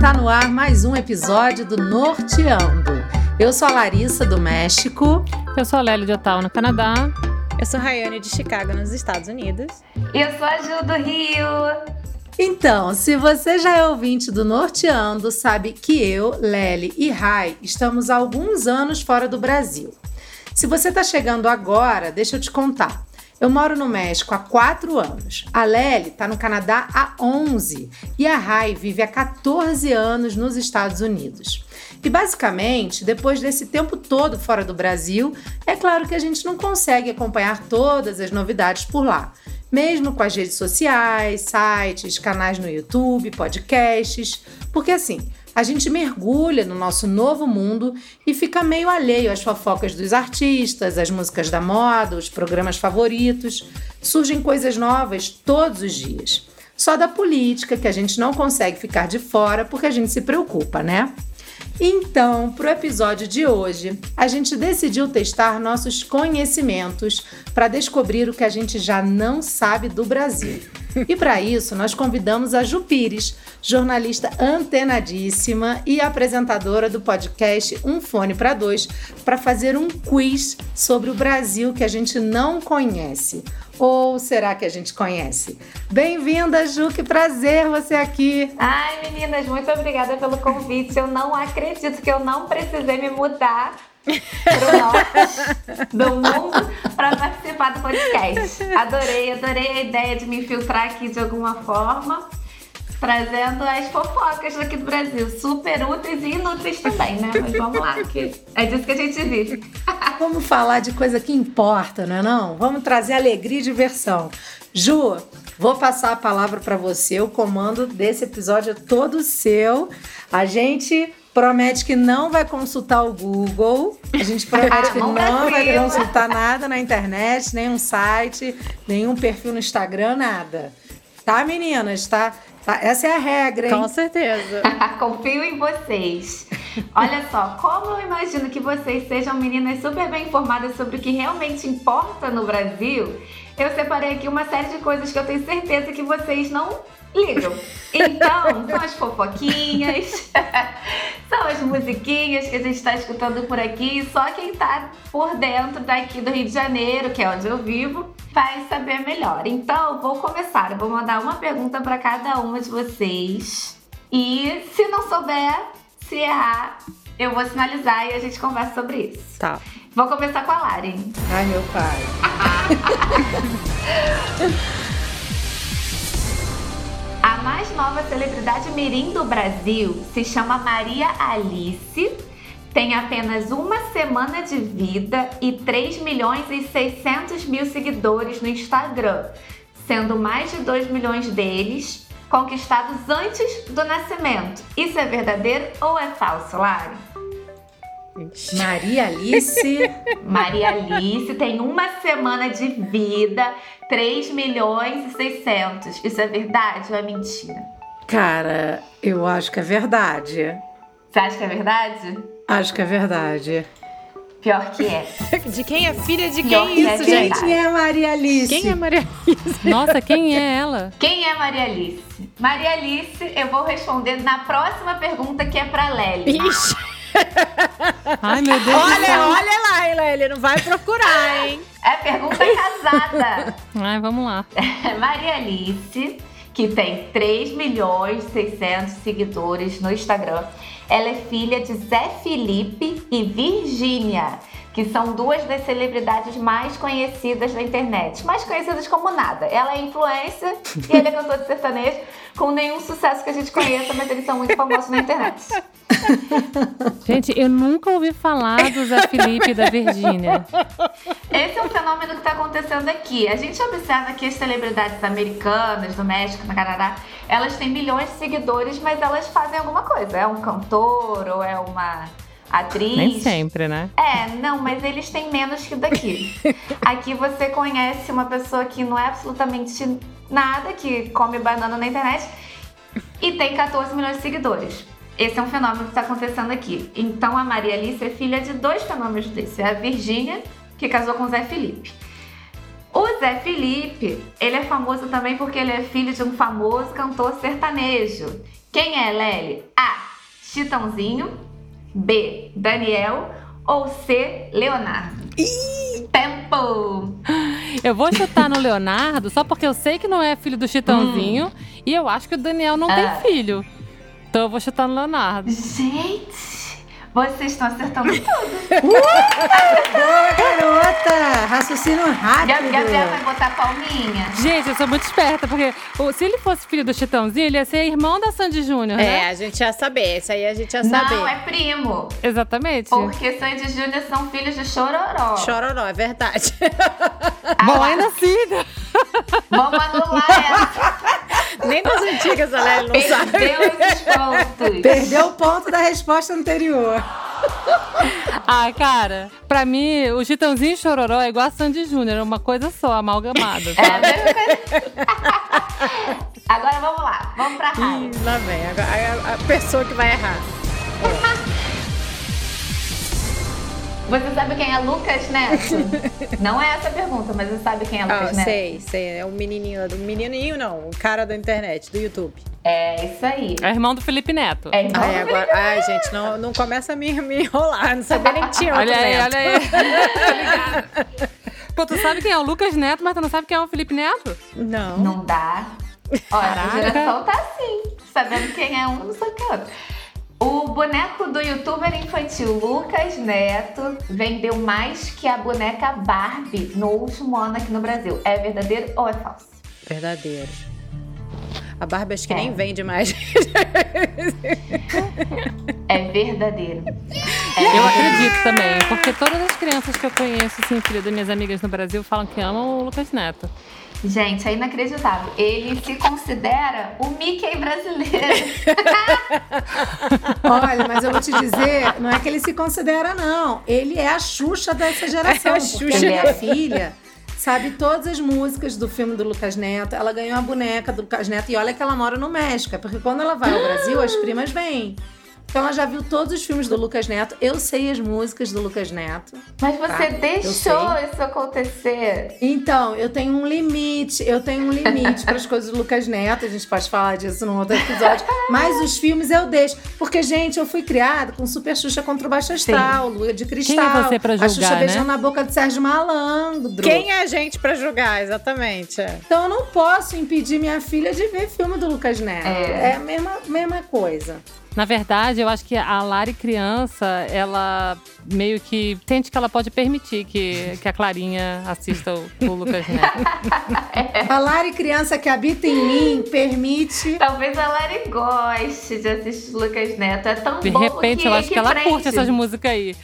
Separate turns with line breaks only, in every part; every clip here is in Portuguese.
Tá no ar mais um episódio do Norteando. Eu sou a Larissa do México.
Eu sou a Lélia de Ottawa, no Canadá.
Eu sou Rayane de Chicago, nos Estados Unidos.
Eu sou a Ju do Rio.
Então, se você já é ouvinte do Norteando, sabe que eu, Lely e Rai estamos há alguns anos fora do Brasil. Se você está chegando agora, deixa eu te contar. Eu moro no México há 4 anos, a Lely está no Canadá há 11 e a Rai vive há 14 anos nos Estados Unidos. E basicamente, depois desse tempo todo fora do Brasil, é claro que a gente não consegue acompanhar todas as novidades por lá, mesmo com as redes sociais, sites, canais no YouTube, podcasts, porque assim, a gente mergulha no nosso novo mundo e fica meio alheio às fofocas dos artistas, às músicas da moda, os programas favoritos. Surgem coisas novas todos os dias. Só da política que a gente não consegue ficar de fora porque a gente se preocupa, né? Então, para o episódio de hoje, a gente decidiu testar nossos conhecimentos para descobrir o que a gente já não sabe do Brasil. E para isso, nós convidamos a Ju Pires, jornalista antenadíssima e apresentadora do podcast Um Fone para Dois, para fazer um quiz sobre o Brasil que a gente não conhece. Ou será que a gente conhece? Bem-vinda, Ju, que prazer você aqui.
Ai, meninas, muito obrigada pelo convite. Eu não acredito que eu não precisei me mudar pro norte do mundo para participar do podcast. Adorei, adorei a ideia de me infiltrar aqui de alguma forma, trazendo as fofocas daqui do Brasil, super úteis e inúteis também, né? Mas vamos lá, que é disso que a gente vive.
Vamos falar de coisa que importa, não é não? Vamos trazer alegria e diversão. Ju, vou passar a palavra para você, o comando desse episódio é todo seu. A gente promete que não vai consultar o Google, a gente promete
Ah,
que
mão
não
pra
vai
cima.
consultar nada na internet, nenhum site, nenhum perfil no Instagram, nada. Tá, meninas? Tá? Tá- Essa é a regra,
Com
hein?
certeza.
Confio em vocês. Olha só, como eu imagino que vocês sejam meninas super bem informadas sobre o que realmente importa no Brasil, eu separei aqui uma série de coisas que eu tenho certeza que vocês não ligam. Então, são as fofoquinhas, são as musiquinhas que a gente está escutando por aqui. Só quem tá por dentro daqui do Rio de Janeiro, que é onde eu vivo, vai saber melhor. Então, vou começar. Eu Vou mandar uma pergunta para cada uma de vocês. E se não souber, se errar, eu vou sinalizar e a gente conversa sobre isso.
Tá.
Vou começar com a Lari.
Ai, meu pai.
A mais nova celebridade mirim do Brasil se chama Maria Alice, tem apenas uma semana de vida e 3 milhões e 600 mil seguidores no Instagram, sendo mais de 2 milhões deles conquistados antes do nascimento. Isso é verdadeiro ou é falso, Lari?
Maria Alice.
Maria Alice tem uma semana de vida, 3 milhões e 600. Isso é verdade ou é mentira?
Cara, eu acho que é verdade.
Você acha que é verdade?
Acho que é verdade.
Pior que é.
De quem é filha de
Pior que
quem isso,
é
gente?
verdade.
Quem é Maria Alice?
Quem é Maria Alice? Nossa, quem é ela?
Quem é Maria Alice? Maria Alice, eu vou responder na próxima pergunta que é pra Lely.
Ixi,
Ai, meu Deus. do
olha,
céu.
olha lá, Helene, não vai procurar, hein?
É pergunta casada.
Ai, vamos lá.
Maria Alice, que tem 3 milhões e 600 seguidores no Instagram. Ela é filha de Zé Felipe e Virgínia, que são duas das celebridades mais conhecidas da internet. Mais conhecidas como nada. Ela é influencer e ele é cantor de sertanejo, com nenhum sucesso que a gente conheça, mas eles são muito famosos na internet.
Gente, eu nunca ouvi falar do Zé Felipe e da Virgínia.
Esse é o fenômeno que está acontecendo aqui. A gente observa que as celebridades americanas, do México, no Canadá, elas têm milhões de seguidores, mas elas fazem alguma coisa. É um cantor ou é uma atriz.
Nem sempre, né?
É, não, mas eles têm menos que daqui. Aqui você conhece uma pessoa que não é absolutamente nada, que come banana na internet e tem 14 milhões de seguidores. Esse é um fenômeno que está acontecendo aqui. Então a Maria Alice é filha de dois fenômenos desse. É a Virgínia, que casou com o Zé Felipe. O Zé Felipe, ele é famoso também porque ele é filho de um famoso cantor sertanejo. Que Quem é, Lely? A. Chitãozinho. B. Daniel. Ou C. Leonardo. Tempo!
Eu vou chutar no Leonardo só porque eu sei que não é filho do Chitãozinho e eu acho que o Daniel não
Ah.
tem filho. Então eu vou chutar no Leonardo.
Gente, vocês estão acertando tudo.
Boa, garota! Raciocínio
Gab- Gabriel
rápido.
vai botar palminha.
Gente, eu sou muito esperta, porque o- se ele fosse filho do Chitãozinho, ele ia ser irmão da Sandy Júnior,
É,
né?
a gente ia saber. Isso aí a gente ia
Não,
saber.
é primo.
Exatamente.
Porque Sandy e Júnior são filhos de Chororó.
Chororó, é verdade.
Ah,
Bom,
lá.
ainda assim, né?
Vamos anular essa.
Nem das antigas a Lely
É
não sabe.
Perdeu esses pontos.
Perdeu o ponto da resposta anterior.
Ah, cara, pra mim, o Chitãozinho e Chororó é igual a Sandy Júnior, é uma coisa só, amalgamada.
É a mesma coisa. Agora vamos lá. Vamos pra raio.
Ih, Lá vem, agora a, a pessoa que vai errar.
Você sabe quem é Lucas Neto? Não é essa a pergunta, mas você sabe quem é
Ah,
Lucas
né?
Neto?
sei, sei. É o menininho, lá do menininho não, o cara da internet, do YouTube.
É isso aí.
É irmão do Felipe Neto.
É irmão
Ai,
do
Ah, agora, ai, gente, não, não começa a me, me enrolar. Não sabia nem que tinha outro
Olha aí,
neto.
olha aí. Tá ligado? Pô, tu sabe quem é o Lucas Neto, mas tu não sabe quem é o Felipe Neto?
Não.
Não dá. Olha, a
Caraca.
geração tá assim, sabendo quem é um, não sabe quem é outro. O boneco do youtuber infantil Lucas Neto vendeu mais que a boneca Barbie no último ano aqui no Brasil. É verdadeiro ou é falso?
Verdadeiro. A Barbie acho que
É.
nem vende mais.
É verdadeiro. É.
Eu acredito também, porque todas as crianças que eu conheço, assim, filha das minhas amigas no Brasil, falam que amam o Lucas Neto.
Gente, é inacreditável. Ele se considera o Mickey brasileiro.
Olha, mas eu vou te dizer, não é que ele se considera, não. Ele é a Xuxa dessa geração.
É a
porque
Xuxa.
minha filha sabe todas as músicas do filme do Lucas Neto. Ela ganhou a boneca do Lucas Neto. E olha que ela mora no México. é Porque quando ela vai ao Brasil, as primas vêm. Então ela já viu todos os filmes do Lucas Neto. Eu sei as músicas do Lucas Neto.
Mas você
Tá, eu
deixou isso acontecer.
Então, eu tenho um limite, eu tenho um limite para as coisas do Lucas Neto, a gente pode falar disso num outro episódio, mas os filmes eu deixo, porque gente, eu fui criada com Super Xuxa contra o Baixo Astral, Lua de Cristal.
Quem é você pra
A Xuxa
julgar, né?
beijando na boca de Sérgio Malandro.
Quem é a gente pra julgar, exatamente? é.
Então eu não posso impedir minha filha de ver filme do Lucas Neto.
É.
É, a mesma, mesma coisa.
Na verdade, eu acho que a Lari criança, ela meio que sente que ela pode permitir que, que a Clarinha assista o, o Lucas
Tá
Neto.
A Lari criança que habita em mim permite
Talvez a Lari goste de assistir Lucas Neto. É tão
De
bom
repente,
que
eu acho que ela
prende.
curte essas músicas aí.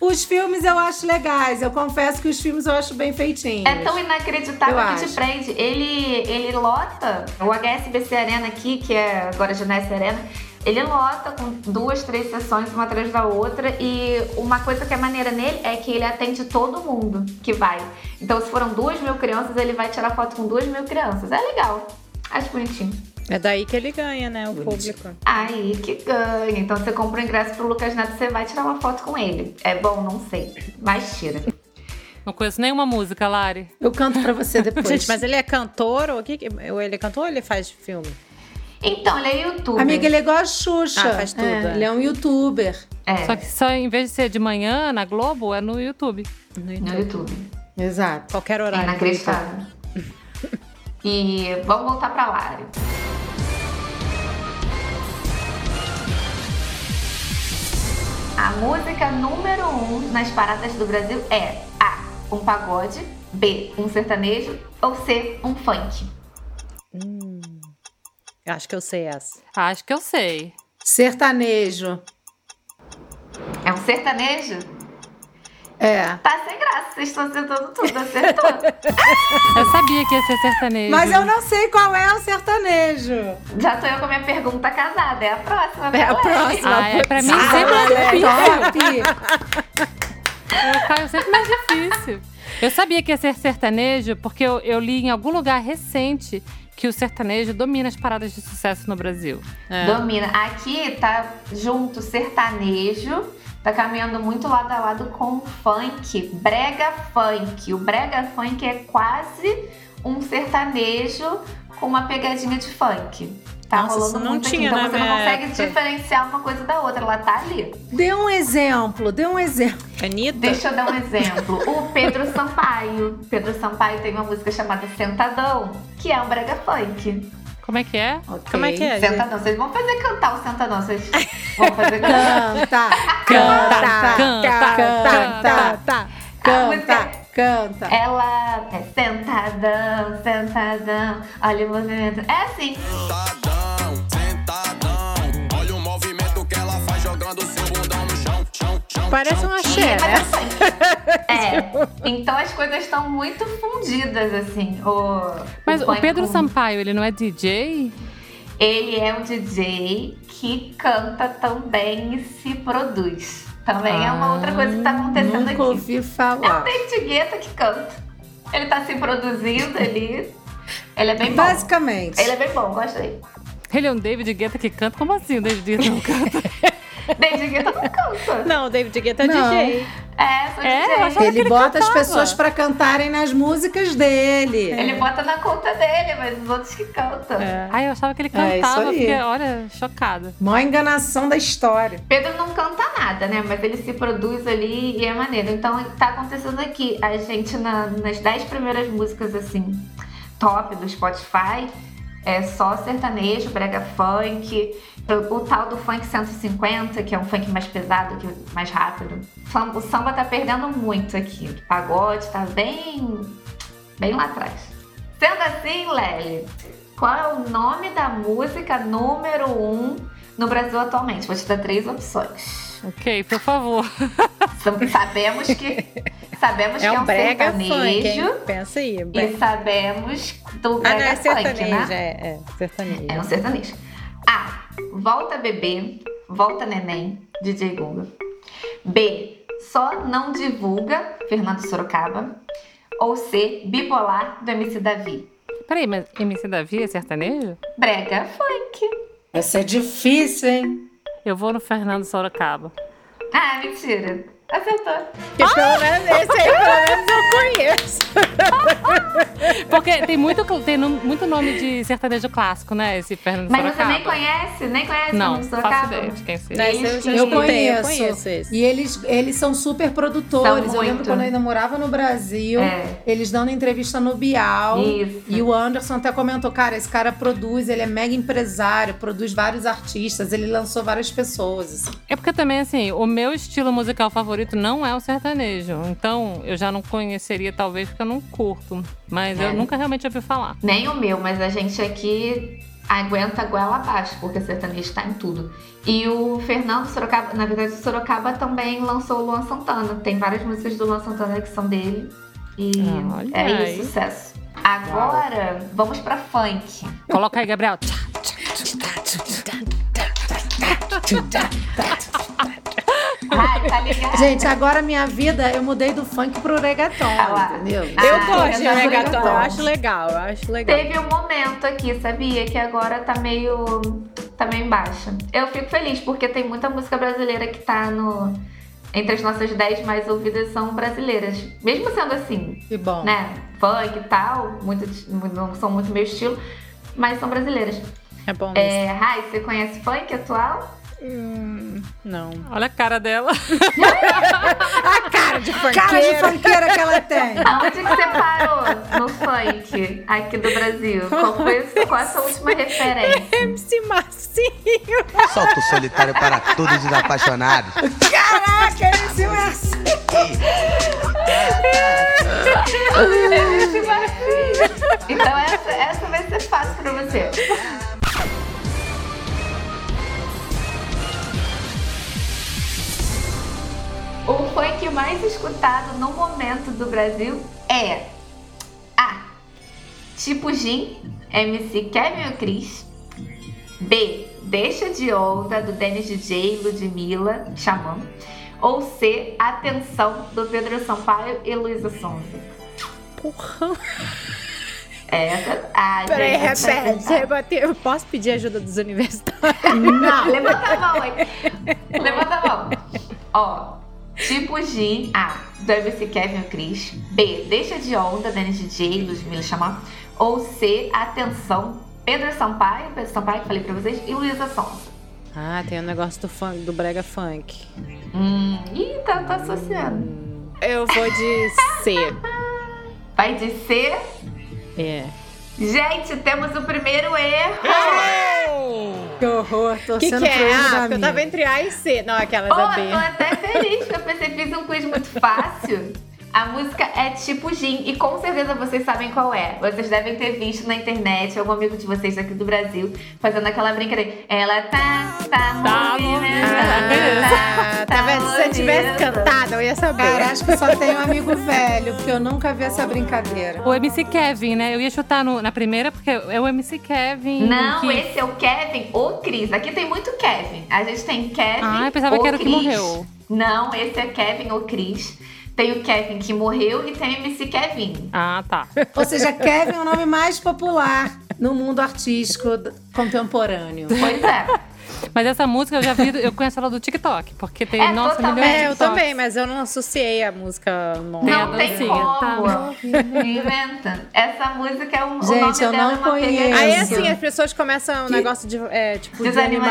os filmes eu acho legais. Eu confesso que os filmes eu acho bem feitinhos.
É tão inacreditável
Eu
que te
acho.
prende. Ele, ele lota o HSBC Arena aqui, que é agora a Junesse Arena. Ele lota com duas, três sessões uma atrás da outra. E uma coisa que é maneira nele é que ele atende todo mundo que vai. Então, se foram duas mil crianças, ele vai tirar foto com duas mil crianças. É legal. Acho bonitinho.
É daí que ele ganha, né? O público.
Aí que ganha. Então você compra o ingresso pro Lucas Neto, você vai tirar uma foto com ele. É bom, não sei. Mas tira.
Não conheço nenhuma música, Lari.
Eu canto pra você depois.
Gente, mas ele é cantor ou o que que- ou ele é cantor ou ele faz filme?
Então, ele é youtuber.
Amiga, ele é igual a Xuxa.
Ah, faz tudo,
É,
é.
Ele é um youtuber.
É,
Só que só em vez de ser de manhã na Globo, é no YouTube.
No
no
YouTube.
YouTube.
Exato.
Qualquer
É
horário. no YouTube.
inacreditável. e vamos voltar pra Lari. A música número um nas paradas do Brasil é A. Um pagode. B. Um sertanejo. Ou C. Um funk.
Acho que eu sei essa.
Acho que eu sei.
Sertanejo.
É um sertanejo?
É.
Tá sem graça, vocês estão acertando tudo, acertou.
Eu sabia que ia ser sertanejo.
Mas eu não sei qual é o sertanejo.
Já tô eu com a minha pergunta casada, é a próxima.
É a
galera.
próxima.
Ah, é, pra mim
Ah,
sempre
é
é difícil.
top.
Eu caio sempre mais difícil. Eu sabia que ia ser sertanejo, porque eu, eu li em algum lugar recente que o sertanejo domina as paradas de sucesso no Brasil.
É.
Domina. Aqui tá junto sertanejo, tá caminhando muito lado a lado com o funk, brega funk. O brega funk é quase um sertanejo com uma pegadinha de funk. Tá
Nossa,
rolando
isso não
muito aqui,
tinha na
Então você
minha
não consegue
época.
diferenciar uma coisa da outra. Ela tá ali.
Dê um exemplo, dê um exemplo.
Anitta?
Deixa eu dar um exemplo. O Pedro Sampaio. Pedro Sampaio tem uma música chamada Sentadão, que é um brega funk.
Como é que é?
Como é que é? gente?
Sentadão. Vocês vão fazer cantar o Sentadão. Vocês vão fazer cantar.
Canta, canta,
Canta, canta,
canta,
tá.
canta, canta.
Ela é sentadão, sentadão. Olha o movimento. É assim.
Sentadão, sentadão. Olha o movimento que ela faz jogando seu bundão no chão, chão, chão.
Parece
chão,
um
E-
axé,
mas é
né?
funk. É. Então as coisas estão muito fundidas, assim. O,
Mas o
funk
Pedro
com-
Sampaio, ele não é DJ?
Ele é um DJ que canta também e se produz. Também é uma outra coisa que tá acontecendo
Nunca
aqui.
ouvi
É o
falar.
David Guetta que canta. Ele tá se produzindo ali. Ele é bem bom.
Basicamente.
Ele é bem bom, gostei.
Ele é um David Guetta que canta? Como assim o David Guetta não canta?
David Guetta não canta.
Não, o David Guetta é
Não.
DJ.
É, sou
É, eu
DJ.
achava- que
Ele
ele
bota as
cantava.
pessoas pra cantarem nas músicas dele.
Ele é bota na conta dele, mas os outros que cantam.
Ai, eu achava que ele
É. É, isso
cantava,
aí.
porque, olha, chocada.
Maior enganação da história.
Pedro não canta nada, né? Mas ele se produz ali e é maneiro. Então tá acontecendo aqui. A gente, na- nas dez primeiras músicas, assim, top do Spotify, é só sertanejo, brega funk, o, o tal do funk 150, que é um funk mais pesado, que, mais rápido. Fam- O samba tá perdendo muito aqui. O pagode tá bem. bem lá atrás. Sendo assim, Lely, qual é o nome da música número um no Brasil atualmente? Vou te dar três opções.
Ok, por favor.
Sabemos que sabemos
É
que é
um
um
brega funk, hein?
sertanejo
Pensa aí. brega.
e sabemos do
Ah, não,
brega
é
funk,
sertanejo.
né?
É, é, sertanejo.
É um sertanejo. A. Volta bebê, volta neném, DJ Guga. B. Só não divulga, Fernando Sorocaba. Ou C. Bipolar, do MC Davi.
Peraí, mas MC Davi é sertanejo?
Brega funk.
Essa é difícil, hein?
Eu vou no Fernando Sorocaba.
Ah, mentira. Acertou.
Que pelo
um
menos esse aí, pelo menos eu conheço.
Porque tem muito, tem num- muito nome de sertanejo clássico, né? Esse Fernando
Mas você
Sorocaba.
nem conhece? Nem conhece
Não,
Fernando
faço
Sorocaba?
ideia de quem seja.
Não, esse eu já
Eu
escutei,
conheço.
eu conheço esse.
E eles, eles são super produtores.
São
Eu lembro
muito.
quando eu ainda morava no Brasil,
É.
eles dando entrevista no Bial.
Isso.
E o Anderson até comentou, cara, esse cara produz, ele é mega empresário, produz vários artistas, ele lançou várias pessoas. assim.
É porque também, assim, o meu estilo musical favorito não é o sertanejo. Então, eu já não conheceria, talvez, porque eu não curto. Mas
É.
eu nunca realmente ouvi falar.
Nem o meu, mas a gente aqui aguenta a goela abaixo, porque sertanejo tá em tudo. E o Fernando Sorocaba, na verdade, o Sorocaba também lançou o Luan Santana. Tem várias músicas do Luan Santana que são dele. E
Olha
é
aí.
isso, sucesso. Agora, vamos pra funk.
Coloca aí, Gabriel.
Ai, tá ligado?
Gente, agora minha vida, eu mudei do funk pro reggaeton,
Ah lá.
entendeu?
Ah,
Eu
eu
gosto de
já fui
reggaeton, eu
reggaeton.
acho legal, eu acho legal.
Teve um momento aqui, sabia? Que agora tá meio. tá meio embaixo. Eu fico feliz, porque tem muita música brasileira que tá no. Entre as nossas 10 mais ouvidas são brasileiras. Mesmo sendo assim,
Que bom.
né? Funk e tal, muito, não são muito meu estilo, mas são brasileiras.
É bom
É, Rai, você conhece funk atual?
isso. Hum, não.
Olha a cara dela.
A cara de funkeiro.
Cara de funkeira que ela tem.
Aonde que você parou no funk aqui do Brasil? Qual foi qual é a sua última referência?
MC Marcinho.
Solta o solitário para todos os apaixonados.
Caraca, esse Marcinho.
Esse vacilo. Então essa, essa vai ser fácil pra você. O funk mais escutado no momento do Brasil é A. Tipo Jim, MC Kevin e Cris. B. Deixa de onda, do Dennis DJ, Ludmilla, Xamã. Ou C. Atenção, do Pedro Sampaio e Luísa Sonza.
Porra.
Essa. Ah,
Peraí,
gente, tá
repete,
sentado.
repete. é, Eu posso pedir ajuda dos universitários?
Não, levanta a mão aí. Levanta a mão. Ó, tipo G, A, do MC é Kevin e Chris. B, deixa de onda, Dennis DJ, Ludmilla chamar. Ou C, atenção, Pedro Sampaio, Pedro Sampaio que falei pra vocês, e Luísa Sonza.
Ah, tem o negócio do funk, do brega funk.
Hum, ih, tá, tá associando.
Eu vou de C.
Vai de C.
É.
Gente, temos o primeiro erro.
Que horror,
O que,
torcendo
que
pro
é?
erro da
Ah, porque eu
minha.
tava entre A e C. Não, aquelas
Pô,
é
tô
B.
até feliz, porque eu pensei fiz um quiz muito fácil. A música é tipo gin, e com certeza vocês sabem qual é. Vocês devem ter visto na internet algum amigo de vocês daqui do Brasil fazendo aquela brincadeira. Ela tá, tá,
Tá
movimentada,
Ah, tá vendo? Se eu tivesse
movimentada.
cantado, eu ia saber.
Cara, acho que só tem um amigo velho, porque eu nunca vi essa brincadeira.
O MC Kevin, né? Eu ia chutar no- na primeira porque é o MC Kevin.
Não,
que...
esse é o Kevin ou Cris. Aqui tem muito Kevin. A gente tem Kevin.
Ah, eu pensava
ou
que era o que
Cris.
morreu.
Não, esse é Kevin ou Cris. Tem o Kevin que morreu e tem o MC Kevin.
Ah, tá.
Ou seja, Kevin é o nome mais popular no mundo artístico d- contemporâneo.
Pois é.
Mas essa música eu já vi, eu conheço ela do TikTok, porque tem,
É,
nossa,
totalmente.
milhões de
É, eu
TikToks.
também, mas eu não associei a música nova.
Tem a
não tem
dancinha,
como.
tá
Inventa. Essa música é um.
Gente, eu
o nome dela
não
é uma
conheço.
pegadinha.
Aí
Isso.
é
assim, as pessoas começam um negócio de, é, tipo,
Desanimadinha,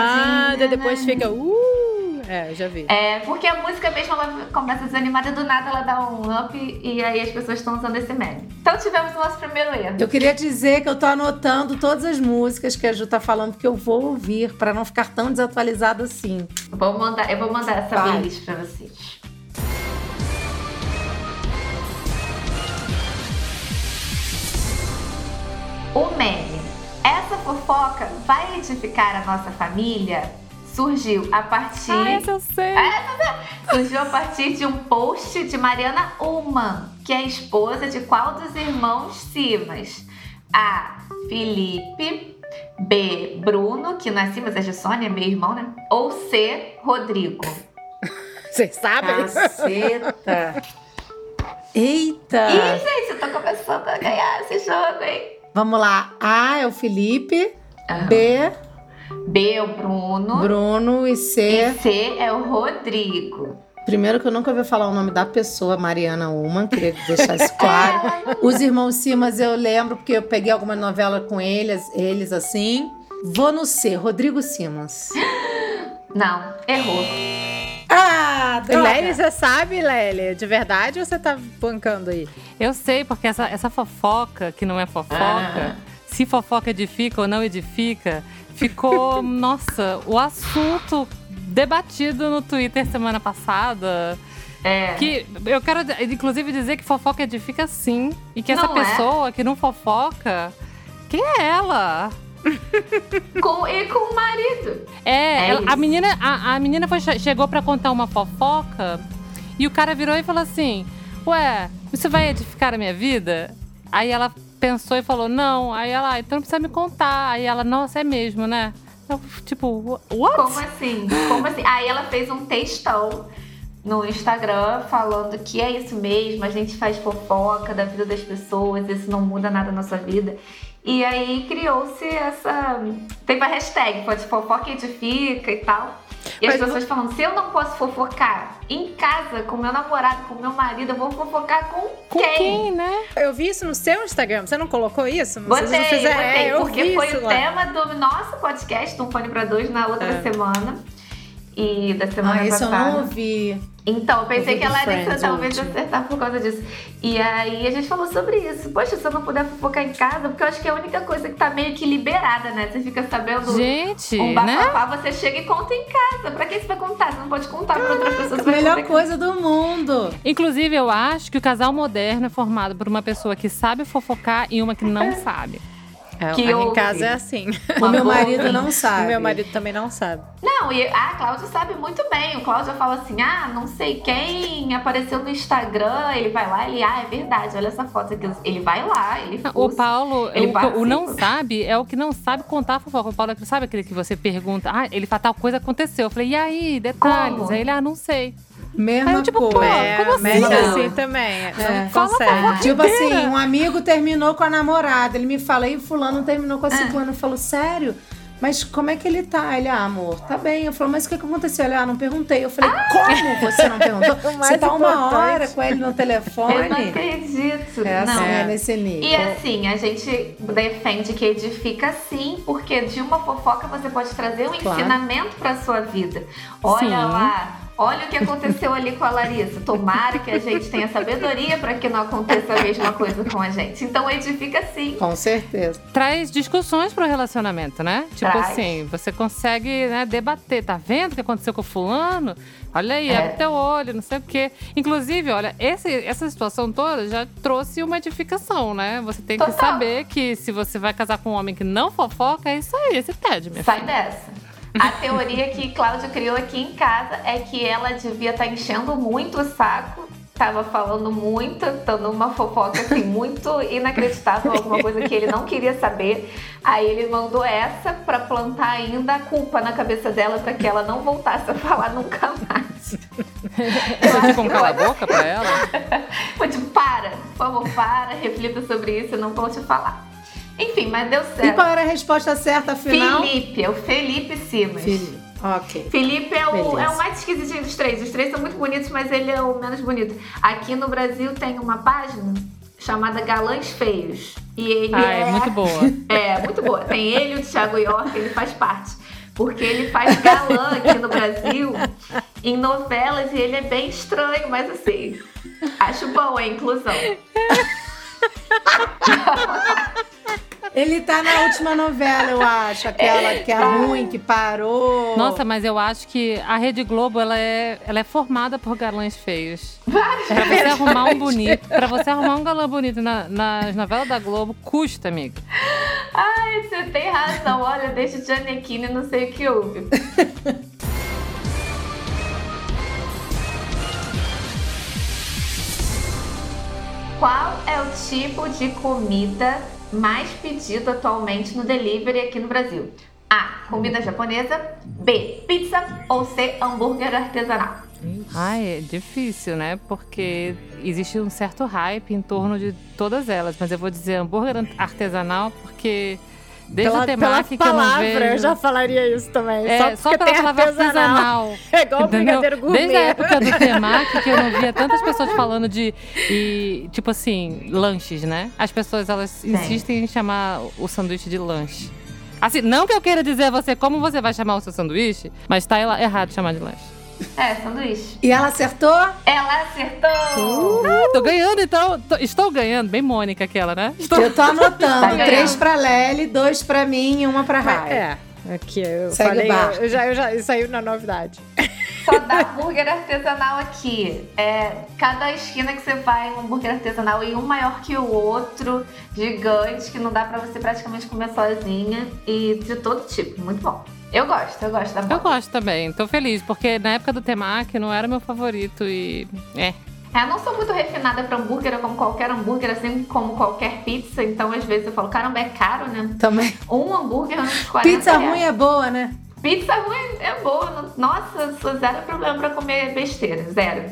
desanimada, depois
né?
fica, uh, é, já vi.
É, porque a música mesmo ela começa desanimada, do nada ela dá um up e aí as pessoas estão usando esse meme. Então tivemos o nosso primeiro erro.
Eu queria dizer que eu tô anotando todas as músicas que a Ju tá falando, porque eu vou ouvir, pra não ficar tão desatualizada assim.
Vou mandar, eu vou mandar essa
Vai.
playlist pra vocês. O meme. Essa fofoca vai edificar a nossa família? Surgiu a partir.
Ah, essa eu sei.
Surgiu a partir de um post de Mariana Ullman, que é esposa de qual dos irmãos Simas? A. Felipe. B. Bruno, que não é Simas, é de Sônia, é meu irmão, né? Ou C. Rodrigo.
Vocês sabem?
Caceta! Eita!
Ih, gente, eu tô começando a ganhar esse jogo, hein?
Vamos lá. A é o Felipe, B,
B é o Bruno.
Bruno e
E
C.
C é o Rodrigo.
Primeiro que eu nunca ouvi falar o nome da pessoa, Mariana Uman, queria deixar isso claro. Os irmãos Simas eu lembro, porque eu peguei alguma novela com eles, eles assim. Vou no C, Rodrigo Simas.
Não, errou.
Ah,
É,
Lely,
droga.
você sabe, Lely? De verdade ou você tá bancando aí?
Eu sei, porque essa, essa fofoca, que não é fofoca,
Ah.
se fofoca edifica ou não edifica, ficou, nossa, o assunto debatido no Twitter semana passada.
É.
Que eu quero, inclusive, dizer que fofoca edifica sim. E que essa
Não é?
pessoa que não fofoca, quem é ela?
Com, e com o marido.
É,
É
ela- a
isso.
menina, a, a menina foi, che- chegou pra contar uma fofoca e o cara virou e falou assim: Ué, isso vai edificar a minha vida? Aí ela pensou e falou: Não. Aí ela, "Ah, então não precisa me contar. Aí ela, Nossa, é mesmo, né? Eu, tipo, what?
Como assim? Como assim? Aí ela fez um textão no Instagram falando que é isso mesmo, a gente faz fofoca da vida das pessoas, isso não muda nada na sua vida. E aí criou-se essa. Teve a hashtag, foi de fofoca edifica e tal. E as
Mas
pessoas falando, se eu não posso fofocar em casa com meu namorado, com meu marido, eu vou fofocar com,
Com
quem?
quem, né?
Eu vi isso no seu Instagram, você não colocou isso? Não sei
Botei,
se vocês fizeram.
botei,
É, eu vi
porque foi
isso
o
lá.
tema do nosso podcast, do Um Fone pra Dois, na outra semana. E da semana
Ah, isso eu
passada.
não ouvi.
Então, eu pensei
Eu vi
que a
do
Larissa
Friends, o
talvez
último.
acertar por causa disso. E aí a gente falou sobre isso. Poxa, se eu não puder fofocar em casa, porque eu acho que é a única coisa que tá meio que liberada, né? Você fica sabendo
Gente,
um
né?
bafafá, você chega e conta em casa. Pra que você vai contar? Você não pode contar pra outra pessoa. Você vai
é
Melhor
contar
coisa do mundo.
Inclusive, eu acho que o casal moderno é formado por uma pessoa que sabe fofocar e uma que não sabe.
É,
que
aqui em
houve.
casa é assim.
com
O
uma
meu
boa
marido
ouvinte.
não sabe.
O meu marido também não sabe.
Não, e a Cláudia sabe muito bem. O Cláudio fala assim: ah, não sei quem apareceu no Instagram. Ele vai lá, ele, ah, é verdade, olha essa foto aqui. Ele vai lá, ele
O
fuça.
Paulo,
Ele
o-
participa.
o, não sabe é o que não sabe contar a fofoca. O Paulo é que sabe aquele que você pergunta, ah, ele fala tal coisa aconteceu. Eu falei, e aí, detalhes?
Como?
Aí ele, ah, não sei.
Mesma
Aí eu, tipo, pô,
coisa.
como assim?
mas
melhor.
assim também.
É,
Não
Fala
consegue.
Tipo
Doideira.
assim, um amigo terminou com a namorada. Ele me fala, e fulano terminou com a ciclana. Eu falo, sério? mas como é que ele tá? Ele, ah, amor, tá bem. Eu falei, mas o que que aconteceu? Ele, ah, não perguntei. Eu falei, como você não perguntou?
O mais
Você tá uma
importante.
hora com ele no
Eu não
telefone?
acredito.
É assim,
não.
é nesse nível.
E assim, a gente defende que edifica sim, porque de uma fofoca você pode trazer um
Claro.
ensinamento pra sua vida. Olha
Sim.
lá, olha o que aconteceu ali com a Larissa. Tomara que a gente tenha sabedoria pra que não aconteça a mesma coisa com a gente. Então edifica sim.
Com certeza.
Traz discussões pro relacionamento, né? Tipo
Traz.
assim, você consegue né, debater. Tá vendo o que aconteceu com o fulano? Olha aí,
É.
abre teu olho, não sei o quê. Inclusive, olha, esse- essa situação toda já trouxe uma edificação, né? Você tem que
Total.
saber que se você vai casar com um homem que não fofoca, é isso aí, esse TED, minha
Sai dessa. A teoria que Cláudia criou aqui em casa é que ela devia estar enchendo muito o saco. Tava falando muito, dando uma fofoca assim, muito inacreditável, alguma coisa que ele não queria saber. Aí ele mandou essa pra plantar ainda a culpa na cabeça dela pra que ela não voltasse a falar nunca mais.
filha. Você tipo um cala a boca pra ela?
Foi tipo, para, por favor, para, reflita sobre isso, eu não vou te falar. Enfim, mas deu
E
certo.
qual é era a resposta certa, afinal?
Felipe, é o Felipe Simas.
Felipe. Ok.
Felipe é o,
Beleza.
é o mais esquisitinho dos três. Os três são muito bonitos, mas ele é o menos bonito. Aqui no Brasil tem uma página chamada Galãs Feios. E ele
Ah, é
é
muito boa.
é, muito boa. Tem ele, o Thiago York, ele faz parte. Porque ele faz galã aqui no Brasil, em novelas, e ele é bem estranho, mas assim, acho bom a inclusão.
Ele tá na última novela, eu acho. Aquela que é ruim, que parou.
Nossa, mas eu acho que a Rede Globo ela é, ela é formada por galãs feios. Pra você arrumar um bonito, para você arrumar um galã bonito na- nas novelas da Globo, custa, amiga.
Ai, Você tem razão, olha, deixa o Giannichini, não sei o que houve. Qual é o tipo de comida mais pedido atualmente no delivery aqui no Brasil? A. Comida japonesa. B. Pizza. Ou C. Hambúrguer artesanal.
Ai, é difícil, né? Porque existe um certo hype em torno de todas elas, mas eu vou dizer hambúrguer artesanal porque desde o
Pela, pela
temaki que eu não
palavra,
vejo.
eu já falaria isso também.
É, só,
só porque
pela
tem
palavra
artesanal.
artesanal.
É igual o
Entendeu?
brigadeiro gourmet.
Desde a época do temaki que eu não via tantas pessoas falando de e, tipo assim, lanches, né? As pessoas elas insistem em chamar o sanduíche de lanche. Assim, não que eu queira dizer a você como você vai chamar o seu sanduíche, mas tá ela- errado chamar de lanche.
É, sanduíche.
E ela acertou?
Ela acertou!
Ah, tô ganhando então, tô- estou ganhando, bem Mônica aquela, né? Estou
Eu tô
Tá
anotando.
ganhando.
Três pra Lely, dois pra mim e uma pra Rai.
É, aqui eu
Segue o
falei,
barco.
eu já, eu já, isso aí não é novidade.
Só dá hambúrguer artesanal aqui. É, cada esquina que você vai, um hambúrguer artesanal e um maior que o outro, gigante, que não dá pra você praticamente comer sozinha. E de todo tipo, muito bom. Eu gosto, eu gosto da
Eu
moda.
gosto também, tô feliz, porque na época do temaki não era meu favorito e. É.
É, eu não sou muito refinada pra hambúrguer, eu como qualquer hambúrguer, assim como qualquer pizza. Então, às vezes, eu falo, caramba, é caro, né?
Também.
Um hambúrguer uns 40
Então Pizza
reais.
ruim é boa, né?
Pizza ruim é boa. não- Nossa, sou zero problema pra comer besteira, zero.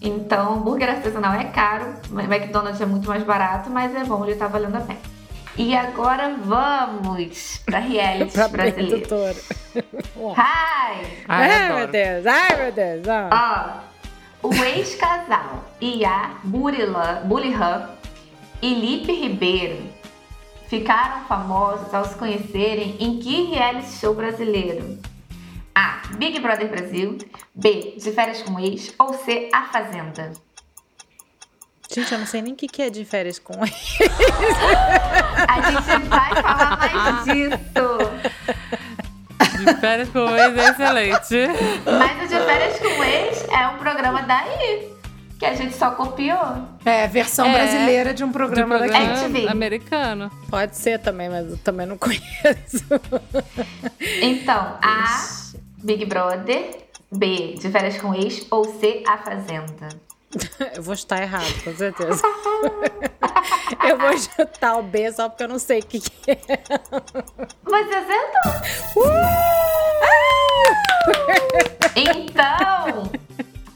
Então, hambúrguer artesanal é caro, ma- McDonald's é muito mais barato, mas é bom, ele tá valendo a pena. E agora vamos pra reality
pra Tá bem do
brasileira.
touro.
Ai!
Ah, eu
ai,
adoro.
meu Deus, ai, meu Deus. ó.
Ó, o ex-casal Iá Burilan- Bulihan e Lipe Ribeiro ficaram famosos ao se conhecerem em que reality show brasileiro? A. Big Brother Brasil. B. De férias com ex. Ou C. A Fazenda.
Gente, eu não sei nem o que, que é de férias com
A gente vai falar mais disso.
De férias com ex é excelente.
Mas o De Férias com Ex é um programa daí que a gente só copiou.
É, versão
É.
brasileira de um
Do
programa, daqui.
programa
MTV.
americano.
Pode ser também, mas eu também não conheço.
Então, A, Big Brother. B, de férias com ex. Ou C, A Fazenda.
Eu vou estar errado, com certeza. eu vou chutar o B só porque eu não sei o que, que é.
Mas é acertou! Então,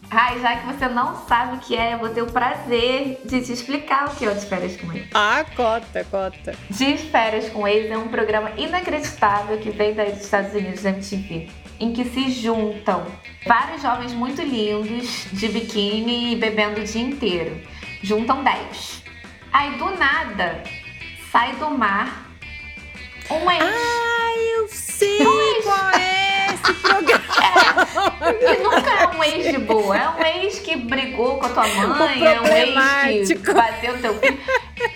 Raí, Mas já que você não sabe o que é, eu vou ter o prazer de te explicar o que é o de férias com ex.
Ah, cota, cota.
De férias com ex é um programa inacreditável que vem daí dos Estados Unidos da MTV. Em que se juntam vários jovens muito lindos, de biquíni e bebendo o dia inteiro. Juntam 10. Aí do nada sai do mar um ex.
Ah, Eu sei qual é esse programa.
E nunca é um ex de boa, é um ex que brigou com a tua mãe, é um ex que
problemático.
bateu teu filho.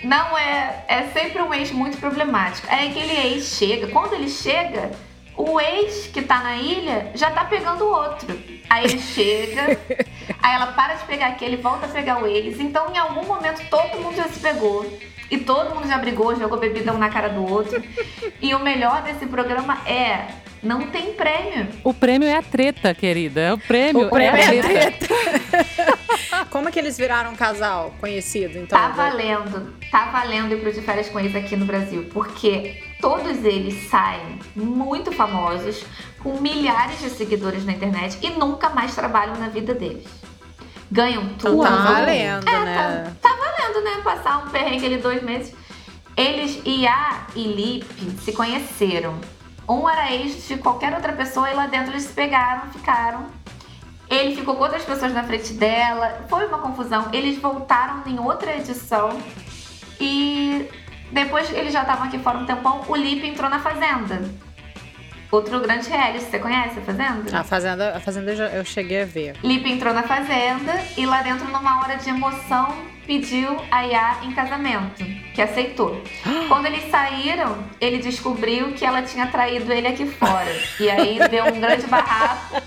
Não é, é sempre um ex muito problemático. Aí aquele ex chega, quando ele chega, o ex que tá na ilha já tá pegando o outro. Aí ele chega, aí ela para de pegar aquele, volta a pegar o ex. Então em algum momento todo mundo já se pegou. E todo mundo já brigou, jogou bebida um na cara do outro. E o melhor desse programa é, não tem prêmio.
O prêmio é a treta, querida. O prêmio,
O prêmio
é a
é
treta.
treta. Como que eles viraram um casal conhecido, então?
Tá valendo, tá valendo ir pro de férias com eles aqui no Brasil, porque todos eles saem muito famosos, com milhares de seguidores na internet e nunca mais trabalham na vida deles. Ganham
Então
tudo.
tá
vão-
valendo,
É,
né?
tá, tá valendo, né? Passar um perrengue ali dois meses. Eles, Iá e Lipe, se conheceram. Um era ex de qualquer outra pessoa e lá dentro eles se pegaram, ficaram. Ele ficou com outras pessoas na frente dela. Foi uma confusão. Eles voltaram em outra edição. E depois que eles já estavam aqui fora um tempão, o Lipe entrou na Fazenda. Outro grande reality. Você conhece a Fazenda?
A Fazenda, a fazenda eu, já- eu cheguei a ver.
Lipe entrou na fazenda e lá dentro, numa hora de emoção, pediu a Yá em casamento, que aceitou. Quando eles saíram, ele descobriu que ela tinha traído ele aqui fora. E aí deu um grande barraco.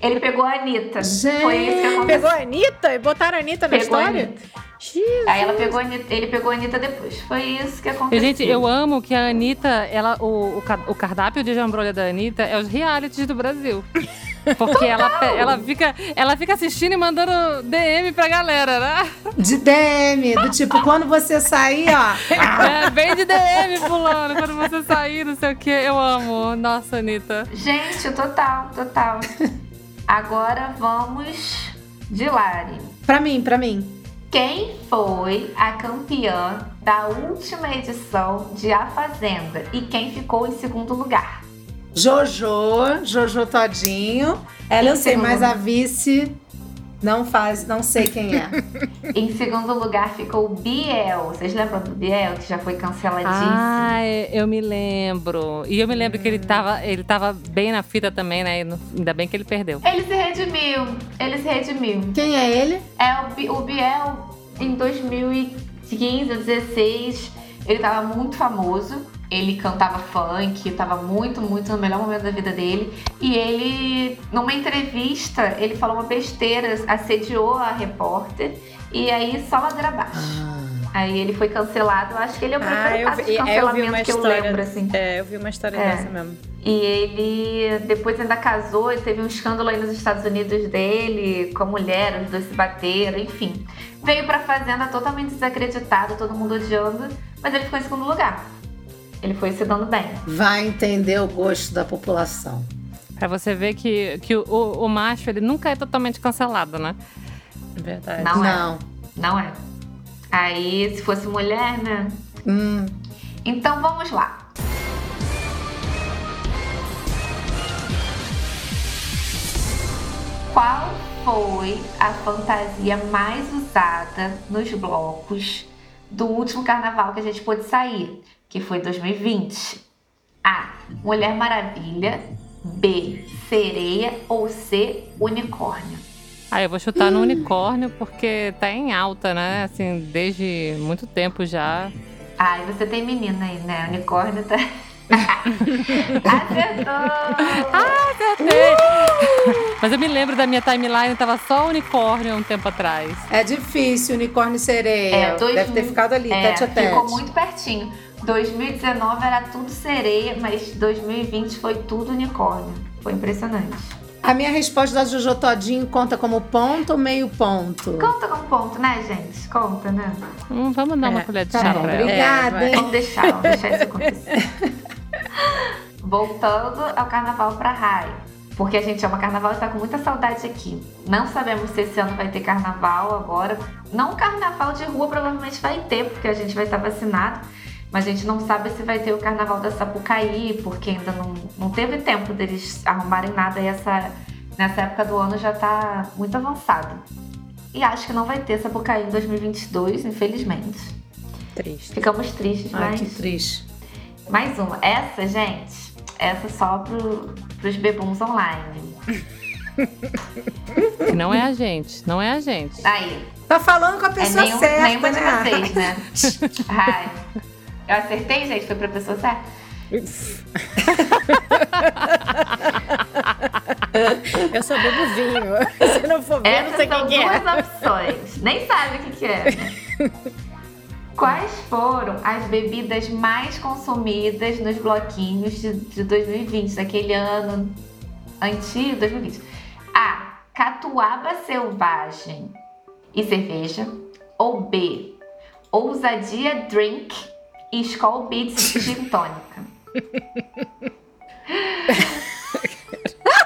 Ele pegou a Anitta. Foi isso que aconteceu.
Pegou a Anitta e botaram a Anitta na
Pegou a
história?
Anitta.
Xiii.
Aí ela pegou a Anitta, ele pegou a Anitta depois. Foi isso que
E,
aconteceu.
gente, eu amo que a Anitta, ela, o, o ca- o cardápio de jambrolha da Anitta é os realities do Brasil. Porque ela, pe- ela, fica, ela fica assistindo e mandando DM pra galera, né?
De DM, do tipo, quando você sair, ó.
É, vem de DM pulando quando você sair, não sei o quê. Eu amo. Nossa, Anitta.
Gente, total, total. Agora vamos de Lari.
Pra mim, pra mim.
Quem foi a campeã da última edição de A Fazenda e quem ficou em segundo lugar?
Jojo, Jojo Todinho. Ela eu sei,
Então.
mas a vice não faz, não sei quem é.
Em segundo lugar ficou o Biel. Vocês lembram do Biel que já foi canceladíssimo?
Ai, eu me lembro. E eu me lembro que ele tava, ele tava bem na fita também, né? E no- Ainda bem que ele perdeu.
Ele se redimiu, ele se redimiu.
Quem é ele?
É o, Bi- o Biel em 2015, 16, ele tava muito famoso. Ele cantava funk, tava muito, muito no melhor momento da vida dele. E ele, numa entrevista, ele falou uma besteira, assediou a repórter. E aí, só ladeira abaixo. Aí ele foi cancelado. Eu acho que ele é o primeiro
Ah, eu
caso
vi,
de
é, eu vi
cancelamento
uma
que eu
história-
lembro, assim.
É, eu vi uma história
É.
dessa mesmo.
E ele depois ainda casou e teve um escândalo aí nos Estados Unidos dele com a mulher, os dois se bateram, enfim. Veio pra fazenda totalmente desacreditado, todo mundo odiando, mas ele ficou em segundo lugar. Ele foi se dando bem.
Vai entender o gosto da população.
Pra você ver que, que o, o- o macho, ele nunca é totalmente cancelado, né?
Verdade.
Não, é.
Não.
Não é. Aí, se fosse mulher, né?
Hum.
Então vamos lá. Qual foi a fantasia mais usada nos blocos do último carnaval que a gente pôde sair, que foi 2020? A. Mulher Maravilha. B. Sereia ou C. Unicórnio.
Ah, eu vou chutar no unicórnio porque tá em alta, né? Assim, desde muito tempo já.
Ai, você tem menina aí, né? Unicórnio tá. Acertou!
Mas eu me lembro da minha timeline, tava só unicórnio há um tempo atrás.
É difícil, unicórnio e sereia.
É, dois
Deve ter
mil-
ficado ali,
É,
tete a tete.
Ficou muito pertinho. 2019 era tudo sereia, mas 2020 foi tudo unicórnio. Foi impressionante.
A minha resposta da Jojo Todinho conta como ponto ou meio ponto?
Conta com ponto, né, gente? Conta, né?
Hum, vamos dar uma
É,
colher de
Tá
chá
bom,
pra ela.
obrigada,
vai.
hein?
Vamos deixar, vamos deixar isso acontecer. Voltando ao carnaval pra Rai. porque a gente ama carnaval e tá com muita saudade aqui. Não sabemos se esse ano vai ter carnaval agora. Não carnaval de rua provavelmente vai ter, porque a gente vai estar vacinado. Mas a gente não sabe se vai ter o carnaval da Sapucaí, porque ainda não, não teve tempo deles arrumarem nada e essa, nessa época do ano já tá muito avançado. E acho que não vai ter Sapucaí em 2022, infelizmente.
Triste.
Ficamos tristes,
Ai,
mas.
que triste.
Mais uma. Essa, gente, essa só pro, pros bebuns online.
Que não é a gente, não é a gente.
Aí,
Tá falando com a
é
pessoa
nenhum,
certa,
nenhuma de
né?
vocês, né? Ai. Eu acertei, gente? Foi pra pessoa certa?
Eu só bebo vinho. Se não for ver, eu não
Essas
sei
são
quem que é.
duas opções. Nem sabe o que, que é. né? Quais foram as bebidas mais consumidas nos bloquinhos de, de 2020, daquele ano antigo, 2020? A. Catuaba selvagem e cerveja. Ou B. Ousadia drink e Skol Beats gin tônica.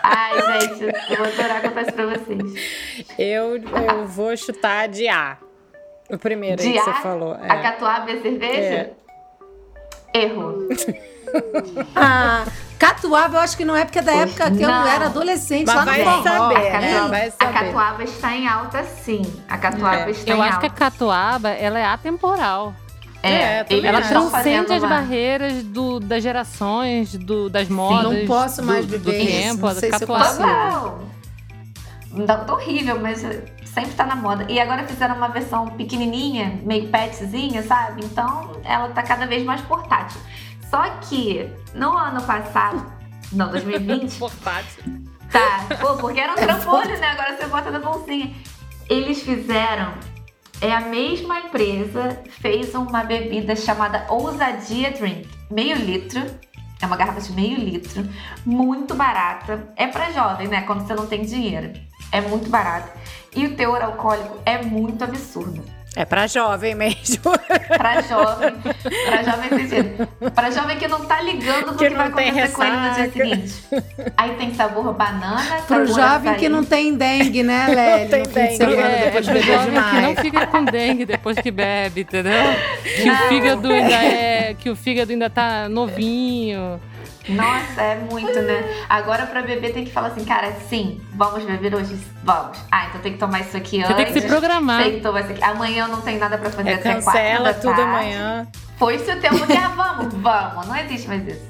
Ai, gente, eu vou adorar contar isso pra vocês. é?
Eu, eu vou chutar de A. O primeiro aí
De
que você
ar?
falou.
A
É.
catuaba e a cerveja? Erro.
Ah, catuaba eu acho que não é, porque é da
Pois
época que
não.
eu era adolescente,
Mas
lá
vai
no forró. É.
saber,
a,
né?
catuaba,
Vai
a
saber.
catuaba está em alta, sim. A catuaba
É,
está
Eu
em
acho que
alta.
a catuaba, ela é atemporal.
É, também
Ela
acho.
estão
transcende
tá fazendo
as
uma-
barreiras do, das gerações, do, das modas.
Não posso mais
do, do
beber isso,
tempo,
não
a
sei se eu
catuaba.
consigo.
Total. Não, tá horrível, mas sempre tá na moda. E agora fizeram uma versão pequenininha, meio petzinha, sabe? Então ela tá cada vez mais portátil. Só que no ano passado, não, 2020,
Portátil.
Tá, pô, porque
É
era um trambolho, né? Agora você bota na bolsinha. Eles fizeram, é a mesma empresa, fez uma bebida chamada Ousadia Drink. Meio litro, é uma garrafa de meio litro, muito barata. É pra jovem, né? Quando você não tem dinheiro. É muito barata. E o teor alcoólico é muito absurdo.
É pra jovem mesmo.
Pra jovem, pra jovem sentido. Pra jovem que não tá ligando pro
Que
que,
não
vai
tem
acontecer com ele no dia
ressaca.
seguinte. Aí tem sabor banana,
Pro
sabor
jovem que
açaí.
não tem dengue, né, Lely?
Não tem
no fim de
dengue.
semana,
É,
depois de
é pro
beber
jovem que não
demais.
fica com dengue depois que bebe, entendeu? Que o fígado ainda é. Que o fígado ainda tá novinho.
Nossa, é muito, né? Agora pra beber tem que falar assim, cara, sim, vamos beber hoje? Vamos. Ah, então tem que tomar isso aqui
Você
antes.
tem que se programar.
Tem que tomar isso aqui. Amanhã eu não tenho nada pra fazer
É,
até quatro
cancela
da
tudo
tarde.
amanhã.
Foi-se o tempo de, ah, vamos, vamos. Não existe mais isso.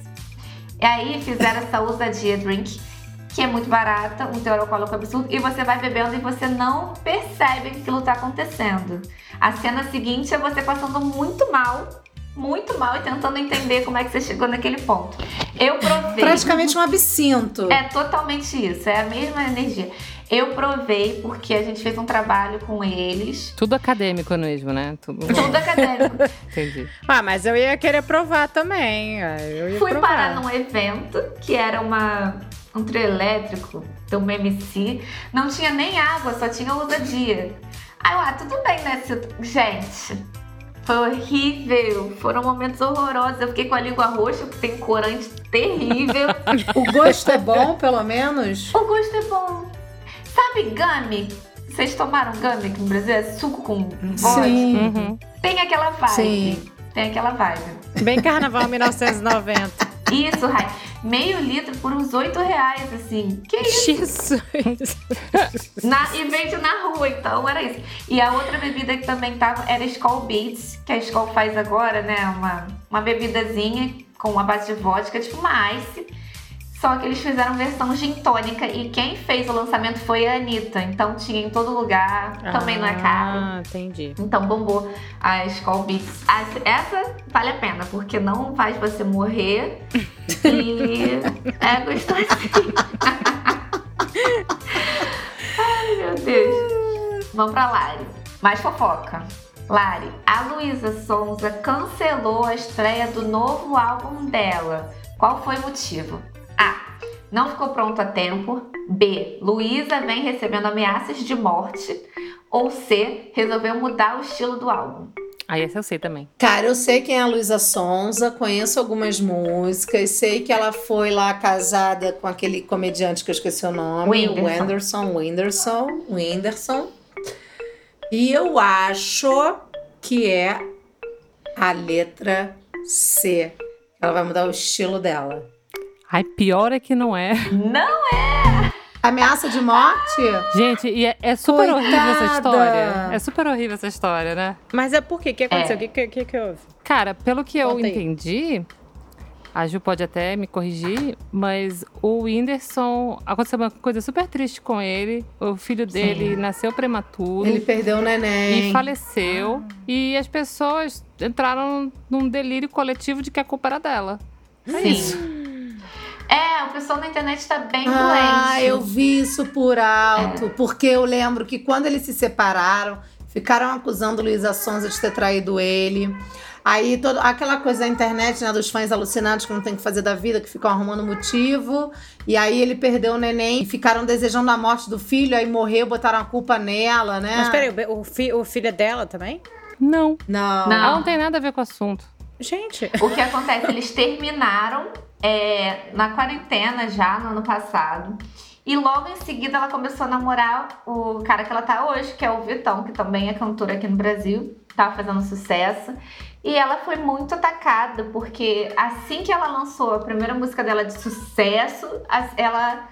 E aí fizeram essa ousadia drink, que é muito barata, um teor alcoólico absurdo, e você vai bebendo e você não percebe que aquilo tá acontecendo. A cena seguinte é você passando muito mal, muito mal e tentando entender como é que você chegou naquele ponto. Eu provei.
Praticamente um absinto.
É totalmente isso, é a mesma energia. Eu provei porque a gente fez um trabalho com eles.
Tudo acadêmico mesmo, né? Tudo.
Tudo acadêmico.
Entendi.
Ah, mas eu ia querer provar também. ah, Eu ia
Fui
provar.
parar num evento que era uma, um trio elétrico, então um MC. Não tinha nem água, só tinha ousadia. Aí eu, ah, tudo bem, né? se eu- Gente, foi horrível. Foram momentos horrorosos. Eu fiquei com a língua roxa, porque tem corante terrível.
O gosto é bom, pelo menos?
O gosto é bom. Sabe gummy? Vocês tomaram gummy aqui no Brasil? É suco com vodka?
Sim.
Uhum.
Tem aquela vibe.
Sim.
Tem aquela vibe.
Bem carnaval 1990.
Isso, Rai. Meio litro por uns 8 reais, assim. Que isso?
Jesus.
Na, e vende na rua, então era isso. E a outra bebida que também tava era Skol Beats, que a Skol faz agora, né? Uma, uma bebidazinha com uma base de vodka, tipo uma ice. Só que eles fizeram versão gin tônica e quem fez o lançamento foi a Anitta. Então tinha em todo lugar, também não é caro.
Ah, entendi.
Então bombou a Skol Beats. Ah, Essa vale a pena, porque não faz você morrer e é gostosinho. Ai, meu Deus. Vamos pra Lari. Mais fofoca. Lari, a Luísa Sonza cancelou a estreia do novo álbum dela. Qual foi o motivo? A. Não ficou pronto a tempo. B. Luísa vem recebendo ameaças de morte. Ou C, resolveu mudar o estilo do álbum.
Aí essa eu sei também.
Cara, eu sei quem é a Luísa Sonza, conheço algumas músicas, sei que ela foi lá casada com aquele comediante que eu esqueci o nome,
Whindersson.
o Anderson, Whindersson, Whindersson. E eu acho que é a letra C. Ela vai mudar o estilo dela.
Ai, pior é que não é.
Não
Ameaça de morte?
Gente, e é, é super horrível essa
Coitada!
história. É super horrível essa história, né?
Mas é por quê? O que aconteceu? O que, que, que, que houve?
Cara, pelo que eu
Conta aí.
entendi, a Ju pode até me corrigir, mas o Whindersson aconteceu uma coisa super triste com ele. O filho dele nasceu prematuro
Ele perdeu o
e
neném.
faleceu.
Ah.
E as pessoas entraram num delírio coletivo de que a culpa era dela.
é. Sim. É, o pessoal na internet tá bem
Ah,
doente.
eu vi isso por alto, porque eu lembro que quando eles se separaram, ficaram acusando Luísa Sonza de ter traído ele. Aí todo, aquela coisa da internet, né, dos fãs alucinados que não tem o que fazer da vida, que ficam arrumando motivo. E aí ele perdeu o neném e ficaram desejando a morte do filho, aí morreu, botaram a culpa nela, né?
Mas
Ah.
peraí, o be- o, fi, o filho é dela também?
Não.
Não.
Não.
Ela não tem nada a ver com o assunto.
Gente,
O que acontece? Eles terminaram é, na quarentena já no ano passado. E logo em seguida ela começou a namorar o cara que ela tá hoje, que é o Vitão, que também é cantor aqui no Brasil, tá fazendo sucesso. E ela foi muito atacada, porque assim que ela lançou a primeira música dela de sucesso, as- ela.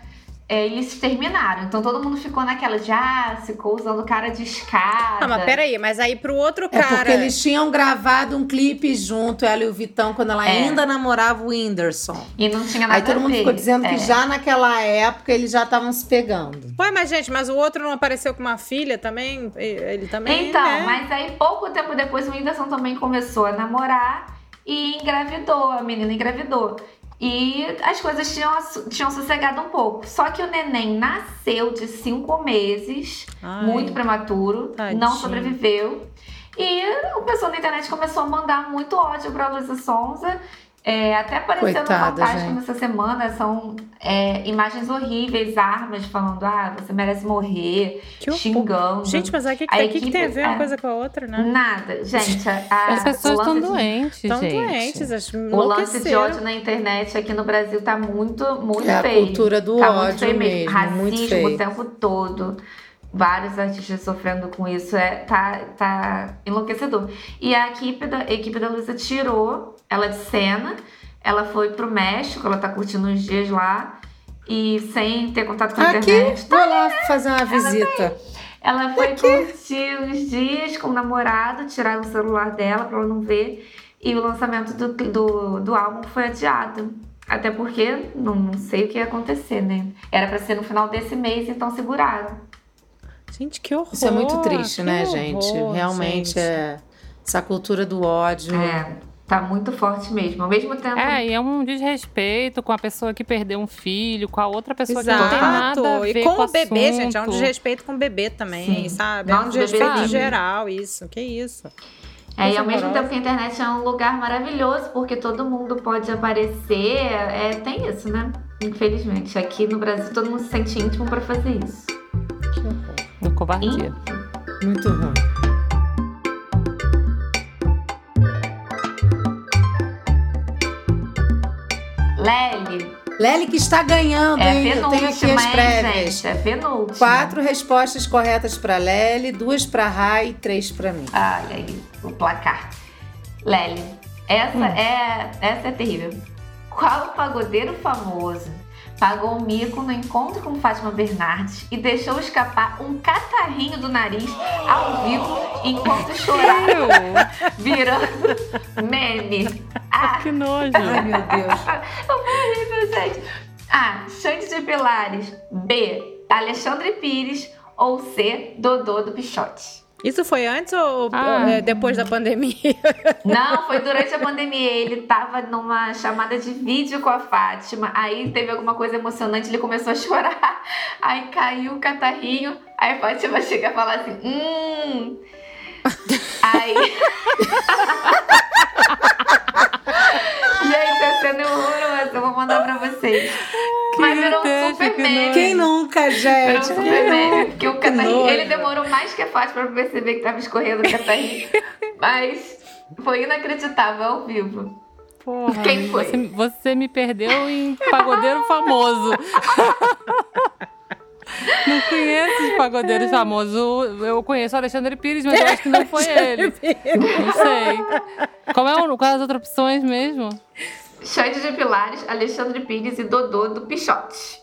é, eles terminaram. Então todo mundo ficou naquela de ah, ficou usando cara de escada.
ah, mas peraí, mas aí pro outro
É
cara.
porque eles tinham gravado um clipe junto, ela e o Vitão, quando ela
É.
ainda namorava o Whindersson.
E não tinha nada
Aí todo
a
mundo
ver.
ficou dizendo
É.
que já naquela época eles já estavam se pegando.
Ué, mas gente, mas o outro não apareceu com uma filha também? E- Ele também.
Então,
né?
mas aí pouco tempo depois o Whindersson também começou a namorar e engravidou, a menina engravidou. E as coisas tinham, assu- tinham sossegado um pouco. Só que o neném nasceu de cinco meses,
Ai.
muito prematuro, não
tadinho.
sobreviveu. E o pessoal na internet começou a mandar muito ódio pra Luísa Sonza. É, até apareceu
Coitada,
no Fantástico
gente.
nessa semana, são é, imagens horríveis, armas falando, ah, você merece morrer,
Que horror.
xingando.
Gente, mas aí o que, que,
A
tem- o que que
equipe-
tem a ver
é.
uma coisa com a outra,
Hum,
né?
Nada, gente. a-
Ah,
a-
As pessoas
o lance
estão
de-
doentes,
Estão
gente.
doentes, as
O lance de
enlouqueceram.
ódio na internet aqui no Brasil tá muito, muito
É a
feio.
cultura do
tá muito
ódio
feio
mesmo,
mesmo. Racismo
muito feio.
o tempo todo. Vários artistas sofrendo com isso. É, tá, tá enlouquecedor. E a equipe da, a equipe da Luísa tirou ela de cena. Ela foi pro México, ela tá curtindo uns dias lá. E sem ter contato com a
Aqui,
internet.
vou lá fazer
tá
uma visita.
Ela foi curtir uns dias com o namorado, tiraram o celular dela pra ela não ver. E o lançamento do, do, do álbum foi adiado. Até porque não, não sei o que ia acontecer, né? Era pra ser no final desse mês, então seguraram.
Gente, que horror.
Isso é muito triste,
que
né,
horror,
gente? Realmente
gente.
é essa cultura do ódio.
É, tá muito forte mesmo. Ao mesmo tempo.
É, e é um desrespeito com a pessoa que perdeu um filho, com a outra pessoa que não tem
Exato.
nada a ver
E com,
com
o bebê, gente, é um
assunto.
desrespeito com o bebê
Sim.
também, sabe? é um
Nossa, o bebê
desrespeito
sabe.
geral, isso. Que isso.
É, e
Coisa
ao mesmo
horrorosa.
tempo que a internet é um lugar maravilhoso, porque todo mundo pode aparecer. É, tem isso, né? Infelizmente. Aqui no Brasil todo mundo se sente íntimo pra fazer isso.
Do covardia.
Muito ruim.
Lely,
Lely que está ganhando,
É
hein? Eu tenho aqui
penúltima,
as
né,
hein,
prévias.
gente? É penúltima.
Quatro respostas corretas para Lely, duas para Rai e três para mim.
Olha aí, o placar. Lely, essa,
Hum.
é, essa é terrível. Qual pagodeiro famoso pagou um mico no encontro com Fátima Bernardes e deixou escapar um catarrinho do nariz ao vivo enquanto chorava,
Eu?
virando meme? Ah,
Que nojo.
Ai, meu Deus.
Eu falei horrível, gente. A. Xande de Pilares. B. Alexandre Pires. Ou C. Dodô do Pichote.
Isso foi antes ou
Ah.
ou, é, depois da pandemia?
Não, foi durante a pandemia. Ele tava numa chamada de vídeo com a Fátima. Aí teve alguma coisa emocionante, ele começou a chorar. Aí caiu o catarrinho. Aí a Fátima chega e fala assim: Hum. Aí. Gente, essa cena é horrorosa. Eu vou mandar pra vocês. Mas virou um
inveja,
super
que
meme.
nojo.
Quem nunca,
É,
Virou
tipo,
um
gente?
super meme. Porque o Catarrinho,
nojo.
ele demorou mais que a Fátima pra perceber que tava escorrendo o Catarrinho. Mas foi inacreditável ao vivo.
Porra,
Quem
amigo,
foi?
Você, você me perdeu em pagodeiro famoso. Não conheço os
É.
pagodeiros famosos. Eu conheço o Alexandre Pires, mas eu acho que não foi ele. Não sei. Como é o, quais as outras opções mesmo?
Xande de Pilares, Alexandre Pires e Dodô do Pichote.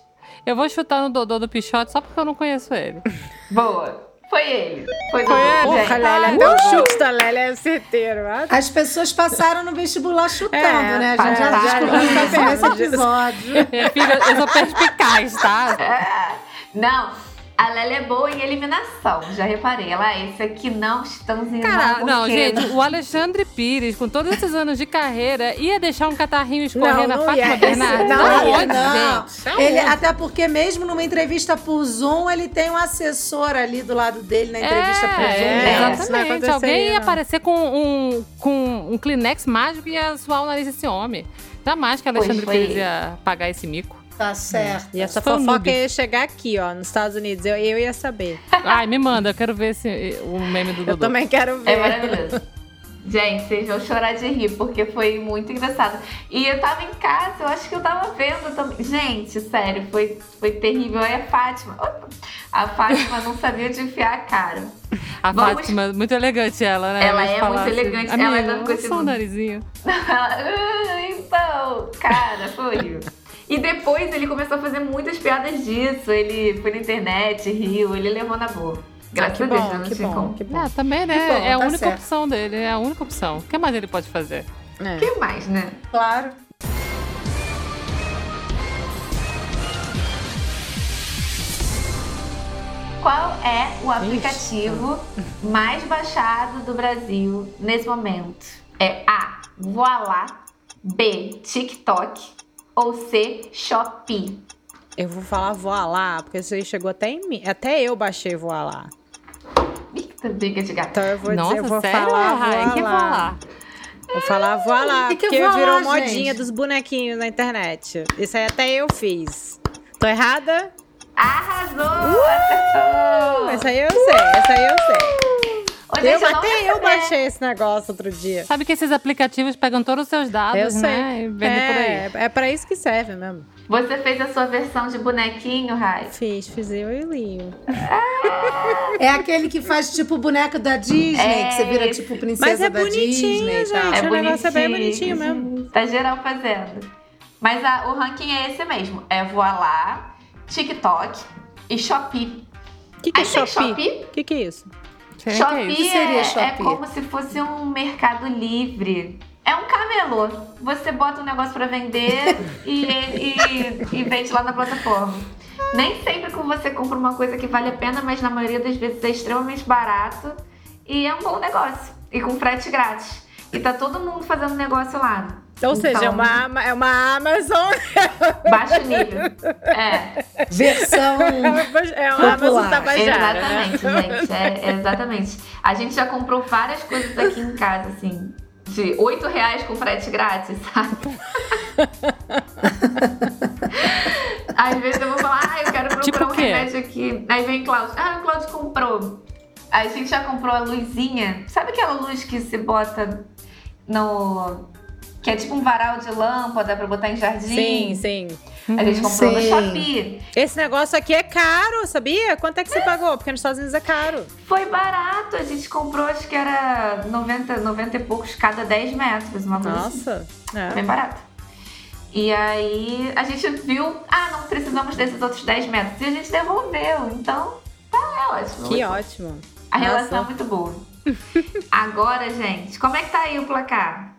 Eu vou chutar no Dodô do Pichote só porque eu não conheço ele.
Boa. Foi ele. Foi,
Foi
Dodô,
ele.
gente.
Porra, Lélia,
um
até o chute da Lélia é certeiro. Ah,
As pessoas passaram no vestibular chutando,
É,
né? A gente já
passaram.
descobriu isso
Passaram
nesse
disso.
episódio.
Minha filha, eu sou perspicaz, tá?
É. Não, a Lélia é boa em eliminação, já reparei. Ela, esse aqui não estamos em
Cara, não,
porque-
gente, o Alexandre Pires, com todos esses anos de carreira, ia deixar um catarrinho escorrer
Não,
na
não
Fátima
ia.
Bernardes?
Não
Da
ia,
onde,
não.
gente? é um
Ele, até porque mesmo numa entrevista por Zoom, ele tem um assessor ali do lado dele na entrevista por Zoom.
é,
né?
isso não
exatamente.
aconteceria,
Alguém ia
não.
aparecer com um, com um Kleenex mágico e ia suar o nariz desse homem. Jamais que Alexandre
Pois foi.
Pires ia pagar esse mico.
Tá certo.
E essa
Foi um
fofoca
noob.
ia chegar aqui, ó, nos Estados Unidos. Eu, eu ia saber.
Ai, me manda, eu quero ver esse, o meme do
Eu
Dodô.
também quero ver.
É maravilhoso. Gente, vocês vão chorar de rir, porque foi muito engraçado. E eu tava em casa, eu acho que eu tava vendo também. Gente, sério, foi, foi terrível. Aí a Fátima. Opa! A Fátima não sabia onde enfiar a cara.
A
Vamos-
Fátima, muito elegante ela, né?
Ela
Ela
é
fala
muito
assim,
elegante,
"Amigo,
ela é dando
olha só o
continuidade."
narizinho.
Ah, então, cara, foi horrível. E depois ele começou a fazer muitas piadas disso. Ele foi na internet, riu, ele levou na boa.
Ah,
Graças
que
a Deus, eu
bom,
né? não
que
tinha
bom,
como.
que bom.
Ah, também,
Que
né?
bom,
é a
tá
única
certo.
opção dele, é a única opção. O que mais ele pode fazer?
O
É.
que mais, né?
Claro.
Qual é o aplicativo mais baixado do Brasil nesse momento? É A, Voilá, B, TikTok ou C, Shopee?
Eu vou falar voar lá, porque isso aí chegou até em mim. Até eu baixei voar lá.
Eita, briga de gato.
Então eu vou
Nossa,
dizer, eu vou
sério?
falar
Rai,
voar
que
lá.
falar?
Vou falar voar lá,
que que
porque
eu vou
virou
lá,
modinha
gente?
dos bonequinhos na internet. Isso aí até eu fiz. Tô errada?
Arrasou!
Uh! Essa aí eu sei, essa aí eu sei.
Ô, gente,
Eu,
não
até
quero
eu
saber.
baixei esse negócio outro dia.
Sabe que esses aplicativos pegam todos os seus dados,
Eu
né? E
sei.
vendem por aí.
É, é pra isso que serve mesmo.
Você fez a sua versão de bonequinho, Rai?
Fiz, fiz eu e Lio.
É aquele que faz tipo o boneco da Disney,
É,
que você vira
esse.
tipo princesa
Mas é
da
bonitinho,
Disney e tal.
gente.
É
o negócio é bem
bonitinho.
bonitinho mesmo.
Tá geral fazendo. Mas a- o ranking é esse mesmo. É Voilá, TikTok e Shopee.
O que, que é
Aí tem
Shopee?
Shopee?
O que, que é isso?
Gente, é isso.
Shopee
isso? O que
é,
seria
é
Shopee?
como se fosse um mercado livre. É um camelô. Você bota um negócio pra vender e, ele- e- e vende lá na plataforma. Nem sempre que você compra uma coisa que vale a pena, mas na maioria das vezes é extremamente barato e é um bom negócio. E com frete grátis. E tá todo mundo fazendo negócio lá.
Ou seja, é,
Então,
uma, ama- é uma Amazon.
Baixo nível. É,
Versão.
É uma Amazon
Popular.
Tabajara. né?
exatamente, gente. É, exatamente. A gente já comprou várias coisas aqui em casa, assim. De 8 reais com frete grátis, sabe? Às vezes eu vou falar, ah, eu quero procurar
Tipo
um
o quê?
remédio aqui. Aí vem Cláudio, ah, o Cláudio comprou. A gente já comprou a luzinha. Sabe aquela luz que se bota no. que é tipo um varal de lâmpada pra botar em jardim?
Sim, sim.
A gente comprou no
Sim.
Shopee.
Esse negócio aqui é caro, sabia? Quanto é que você pagou? Porque nos Estados Unidos é caro.
Foi barato, a gente comprou, acho que era 90, 90 e poucos cada 10 metros, uma coisa assim.
Nossa.
Bem
É.
barato. E aí a gente viu, ah, não precisamos desses outros 10 metros. E a gente devolveu, então tá ótimo.
Que ótimo.
a relação é
nossa.
muito boa. Agora, gente, como é que tá aí o placar?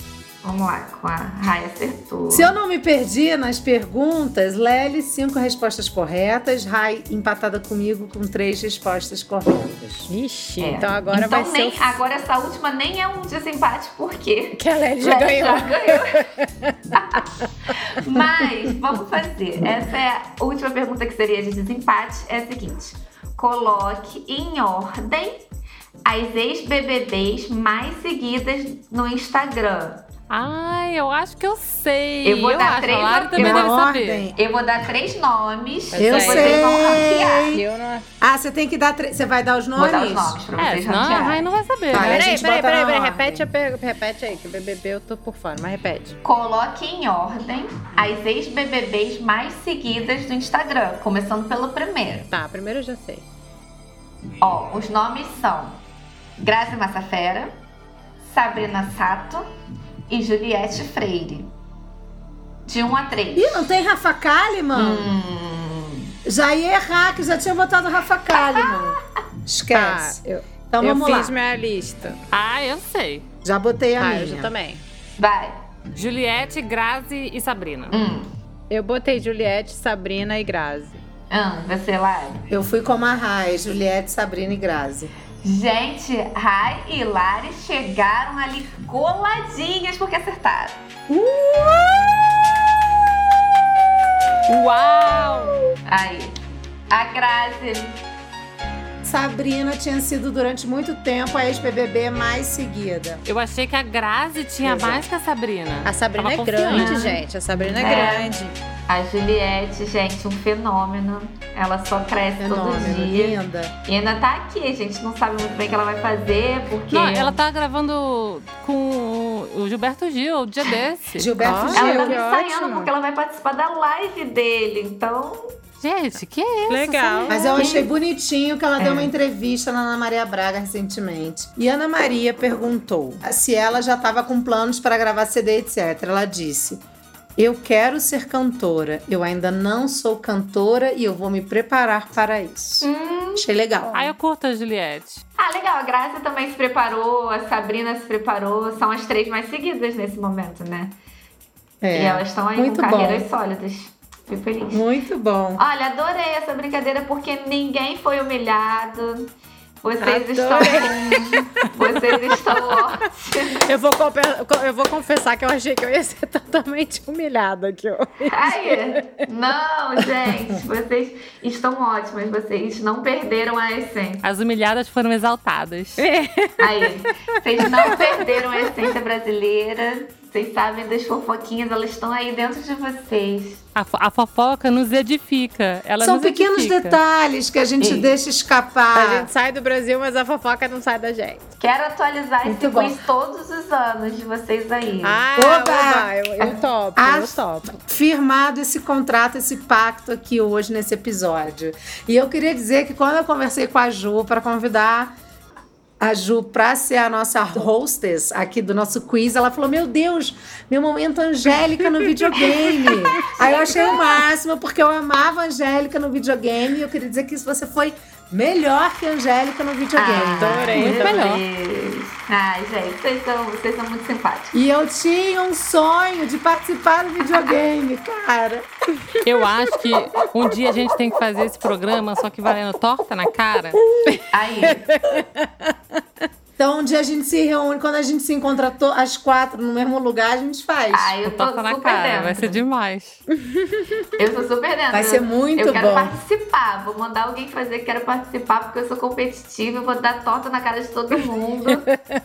Vamos lá, com a Raia acertou.
Se eu não me perdi nas perguntas, Lely, cinco respostas corretas. Rai, empatada comigo, com três respostas corretas.
Vixe,
É.
então agora
Então
vai ser.
nem,
o...
agora essa última nem é um desempate, por quê?
Que a Lely já
Lely
ganhou.
Já ganhou. Mas vamos fazer. Essa é a última pergunta que seria de desempate. É a seguinte: coloque em ordem as ex-BBBs mais seguidas no Instagram.
Ai, eu acho que eu sei.
Eu vou dar
acho,
três
a Lari
op-
também
eu
deve
vou-
saber.
Ordem.
Eu vou dar três nomes
Eu
e
sei.
vocês vão ranquear.
Ei.
Eu não...
Ah, você tem que dar. tre- Você vai dar os
Vou
nomes?
dar os nomes pra
É,
vocês
senão a Rai
ranquearem.
não vai
Vai.
saber. né?
a
Peraí,
gente
peraí,
bota
peraí,
na
peraí.
ordem.
Repete, a pergunta, repete aí, que o BBB eu tô por fora, mas repete.
Coloque em ordem as ex-BBBs mais seguidas do Instagram, começando pelo primeiro.
Tá, primeiro eu já sei.
Ó, os nomes são Grazi Massafera, Sabrina Sato e Juliette Freire. De 1 a 3.
Ih, não tem Rafa Kalimann?
Hum.
Já ia errar, que já tinha botado Rafa Kalimann. Esquece.
Tá, eu,
Então
eu
vamos lá.
fiz minha lista.
Ah, eu sei.
Já botei a
Ah, eu já
minha.
também.
Vai.
Juliette, Grazi e Sabrina.
Hum.
Eu botei Juliette, Sabrina e Grazi.
Hum, você lá.
Eu fui com a Rai, Juliette, Sabrina e Grazi.
Gente, Rai e Lari chegaram ali coladinhas porque acertaram.
Uau!
Aí. A Grazi.
Sabrina tinha sido durante muito tempo a ex-BBB mais seguida.
Eu achei que a Grazi tinha
Exato.
mais que a Sabrina.
A Sabrina
Tava
é
confiante. né?
grande, gente. A Sabrina é,
É.
grande.
A Juliette, gente, um fenômeno. Ela só cresce todo
Fenômeno,
dia.
É linda.
E ainda tá aqui, a gente não sabe muito bem o que ela vai fazer, porque.
Não, ela tá gravando com o Gilberto Gil, o dia desse.
Gilberto
Ah,
Gil.
Ela tá
que
me ensaiando
ótimo.
porque ela vai participar da live dele, então.
Gente, que isso?
Legal.
sabe?
Mas eu achei bonitinho que ela deu uma entrevista na Ana Maria Braga recentemente. E Ana Maria perguntou se ela já estava com planos para gravar CD, etc. Ela disse: Eu quero ser cantora. Eu ainda não sou cantora e eu vou me preparar para isso. Achei legal.
Ah, eu curto a Juliette.
Ah, legal, a Graça também se preparou, a Sabrina se preparou, são as três mais seguidas nesse momento, né?
É.
E elas estão aí
Muito
com
bom.
carreiras sólidas. Fico feliz.
Muito bom.
Olha, adorei essa brincadeira porque ninguém foi humilhado. Vocês
Adorei.
estão. Vocês estão ótimos.
Eu vou, compe- eu vou confessar que eu achei que eu ia ser totalmente humilhada aqui. ó.
Aí, não, gente, vocês estão ótimas, vocês não perderam a essência.
As humilhadas foram exaltadas.
É.
Aí, vocês não perderam a essência brasileira. Vocês sabem das fofoquinhas, elas estão aí dentro de vocês.
A, fo- a fofoca nos edifica. Ela
São
nos
pequenos
edifica.
detalhes que a gente
Isso.
deixa
Ah.
escapar.
A gente sai do Brasil, mas a fofoca não sai da gente.
Quero atualizar esse
Muito bom.
quiz todos os anos de vocês aí.
Ah,
Oba!
oba, Eu, eu topo, eu
As-
topo.
firmado esse contrato, esse pacto aqui hoje nesse episódio. E eu queria dizer que quando eu conversei com a Ju para convidar a Ju para ser a nossa hostess aqui do nosso quiz, ela falou: Meu Deus, meu momento Angélica no videogame. Aí eu achei o máximo, porque eu amava a Angélica no videogame. E eu queria dizer que você foi melhor que a Angélica no videogame.
adorei,
muito melhor.
Deus. Ai, gente, vocês são, vocês são muito simpáticos.
E eu tinha um sonho de participar do videogame, cara.
Eu acho que um dia a gente tem que fazer esse programa, só que valendo torta na cara.
Aí,
Então, um dia a gente se reúne, quando a gente se encontra to- as quatro no mesmo lugar, a gente faz.
aí eu tô
Torta na
super
cara,
dentro.
vai ser demais.
Eu sou super dentro.
Vai ser muito
Eu quero
bom.
participar. Vou mandar alguém fazer que quero participar, porque eu sou competitiva. Eu vou dar torta na cara de todo mundo.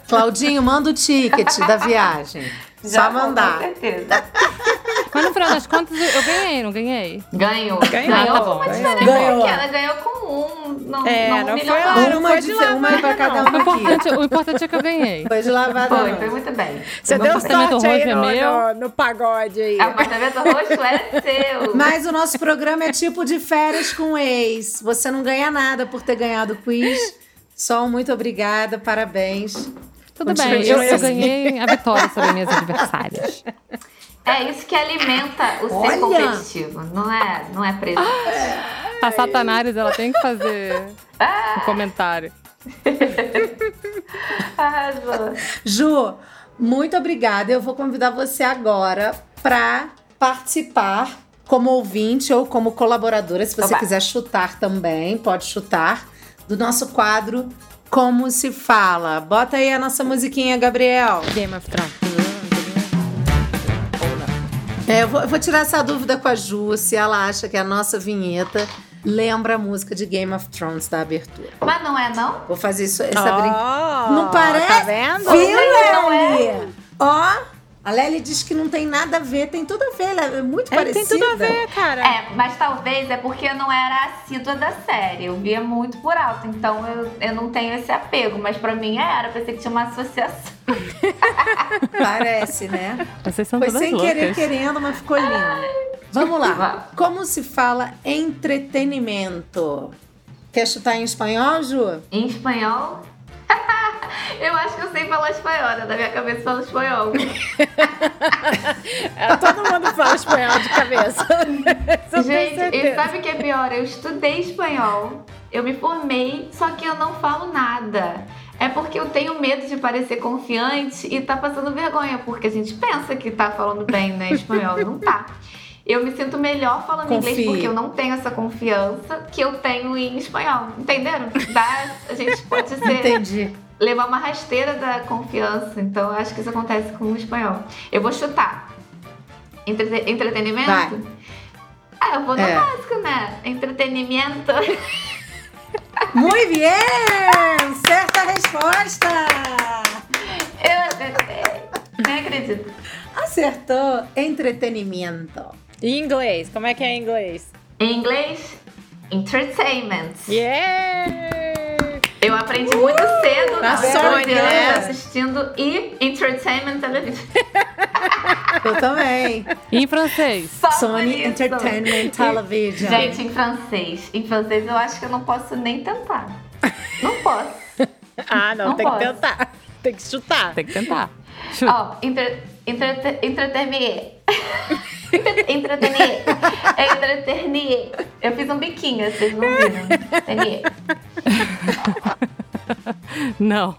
Claudinho, manda o ticket da viagem.
Já
Só mandar.
Com certeza.
Mas no final das contas, eu- eu ganhei, não ganhei?
Ganhou.
Ganhou,
tá
com
bom,
uma
ganhou.
diferença
Ganhou.
pequena. Ganhou com um. Não,
É,
não, um
não
milhão,
foi
não.
lá,
Uma
foi
de
de
ce- uma é pra cada
O
uma aqui.
importante, o importante é que eu ganhei.
Foi de lavada.
Foi,
não.
foi muito bem.
Você
Meu
deu
apartamento
sorte aí
roxo é
no,
meu.
no, no pagode aí.
Apartamento roxo é seu.
Mas o nosso programa é tipo de férias com ex. Você não ganha nada por ter ganhado o quiz. Sol, muito obrigada, parabéns.
Tudo
Continua
bem, eu, eu
assim.
ganhei a vitória sobre minhas adversárias.
É isso que alimenta o ser
Olha!
competitivo. Não é, não é preso.
A Satanares, ela tem que fazer
Ah.
um comentário.
Arrasou.
Ju, muito obrigada. Eu vou convidar você agora para participar como ouvinte ou como colaboradora, se você
Oba.
quiser chutar também, pode chutar, do nosso quadro Como se Fala. Bota aí a nossa musiquinha, Gabriel.
Game of Thrones.
É, eu, vou, eu vou tirar essa dúvida com a Ju, se ela acha que é a nossa vinheta lembra a música de Game of Thrones da abertura.
Mas não é, não?
Vou fazer isso, essa brincadeira.
Oh,
Não parece?
Tá vendo?
Viu, Lely? Ó, A Lely diz que não tem nada a ver, tem tudo a ver, ela é muito
É, tem
parecida.
tudo a ver, cara.
É, mas talvez é porque eu não era assídua da série. Eu via muito por alto, então eu, eu não tenho esse apego. Mas pra mim é, era, pensei que tinha uma associação.
Parece, né?
Vocês são
Foi
todas
sem
loucas.
querer querendo, mas ficou lindo. Vamos lá.
Vamos.
Como se fala entretenimento? Quer chutar em espanhol, Ju?
Em espanhol? eu acho que eu sei falar espanhol, né? Da minha cabeça eu falo espanhol.
É, Todo mundo fala espanhol de cabeça. Isso eu tenho
Gente, e
certeza.
sabe o que é pior? Eu estudei espanhol, eu me formei, só que eu não falo nada. É porque eu tenho medo de parecer confiante e tá passando vergonha, porque a gente pensa que tá falando bem, né? Espanhol não tá. Eu me sinto melhor falando
Confie.
inglês porque eu não tenho essa confiança que eu tenho em espanhol. Entenderam? Dá, a gente pode ser
Entendi.
levar uma rasteira da confiança. Então, eu acho que isso acontece com o espanhol. Eu vou chutar. Entrete- entretenimento?
Vai.
Ah, eu vou no
É.
básico, né? Entretenimento.
Muito bem! Certa resposta!
Eu acertei. Nem acredito.
Acertou entretenimento.
Em inglês, como é que é em inglês?
Em inglês, entertainment.
Yeah!
Eu aprendi muito
Uh!
cedo
Na
né?
Sony,
Anos
né?
assistindo e entertainment televisão.
Eu também.
E em francês?
Só por
Sony
isso.
Entertainment Television.
Gente, em francês. Em francês eu acho que eu não posso nem tentar. Não posso.
Ah, não,
Não
tem que
posso.
tentar. Tem que chutar.
Tem que tentar. Chuta.
Ah.
Ó, entre, entre, entretenir. entretenir. É entretenir. Eu fiz um biquinho, vocês não viram. Entretenir.
Não.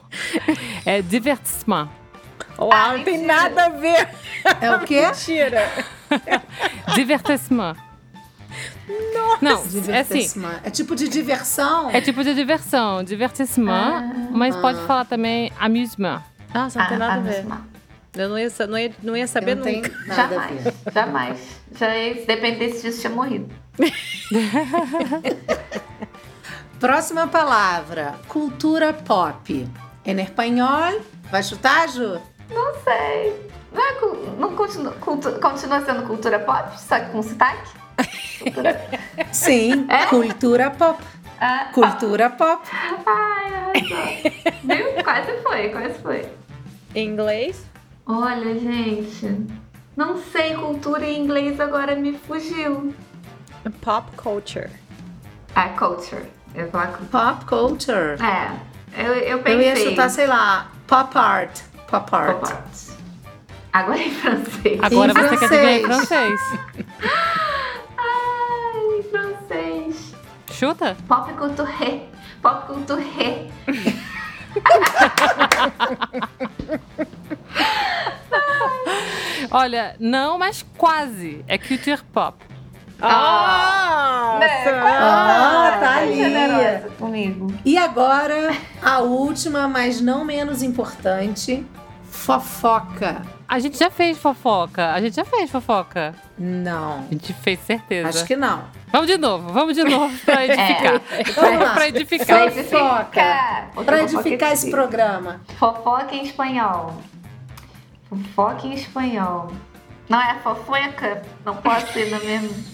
É divertissement.
Uau,
Ah,
não tem
mentira.
nada a ver.
É o quê?
Mentira.
Divertissement. Não, é assim.
Divertissement. É tipo de diversão?
É tipo de diversão, divertissement,
Ah.
mas pode falar também amusement.
Nossa, não
Ah,
tem nada a ver.
abismar.
Eu não ia, sa- não ia, não ia saber
Eu não tem
nunca.
nada a ver.
Jamais, jamais. Já ia- se dependesse disso, tinha morrido.
Próxima palavra, cultura pop. Em espanhol, vai chutar, Ju?
Não sei. Não, é cu- não continua, cultu- continua sendo cultura pop, só que com sotaque? Cultura.
Sim, cultura pop.
Ah,
Cultura pop.
ai, arrasou. Viu? Quase foi, quase foi.
Em inglês?
Olha, gente. Não sei, cultura em inglês agora me fugiu.
Pop culture.
Ah, culture. Eu vou falar cultura.
Pop culture.
É, eu, eu
Eu
pensei.
ia chutar, sei lá, pop art. Pop
Pop
art.
art. Agora em francês.
Agora
Em
você quer dizer em francês.
Ai, em francês.
Chuta?
Pop culture. Pop culture.
Olha, não, mas quase. É culture pop.
Ah,
né?
Ah, tá ali.
generosa comigo.
E agora, a última, mas não menos importante, fofoca.
A gente já fez fofoca. A gente já fez fofoca.
Não,
A gente fez certeza.
acho que não.
Vamos de novo, vamos de novo pra edificar.
Vamos lá.
pra edificar.
Outra
Pra
fofoca
edificar esse
aqui.
programa.
Fofoca em espanhol. Fofoca em espanhol. Não, é fofoca. Não posso ir na mesma.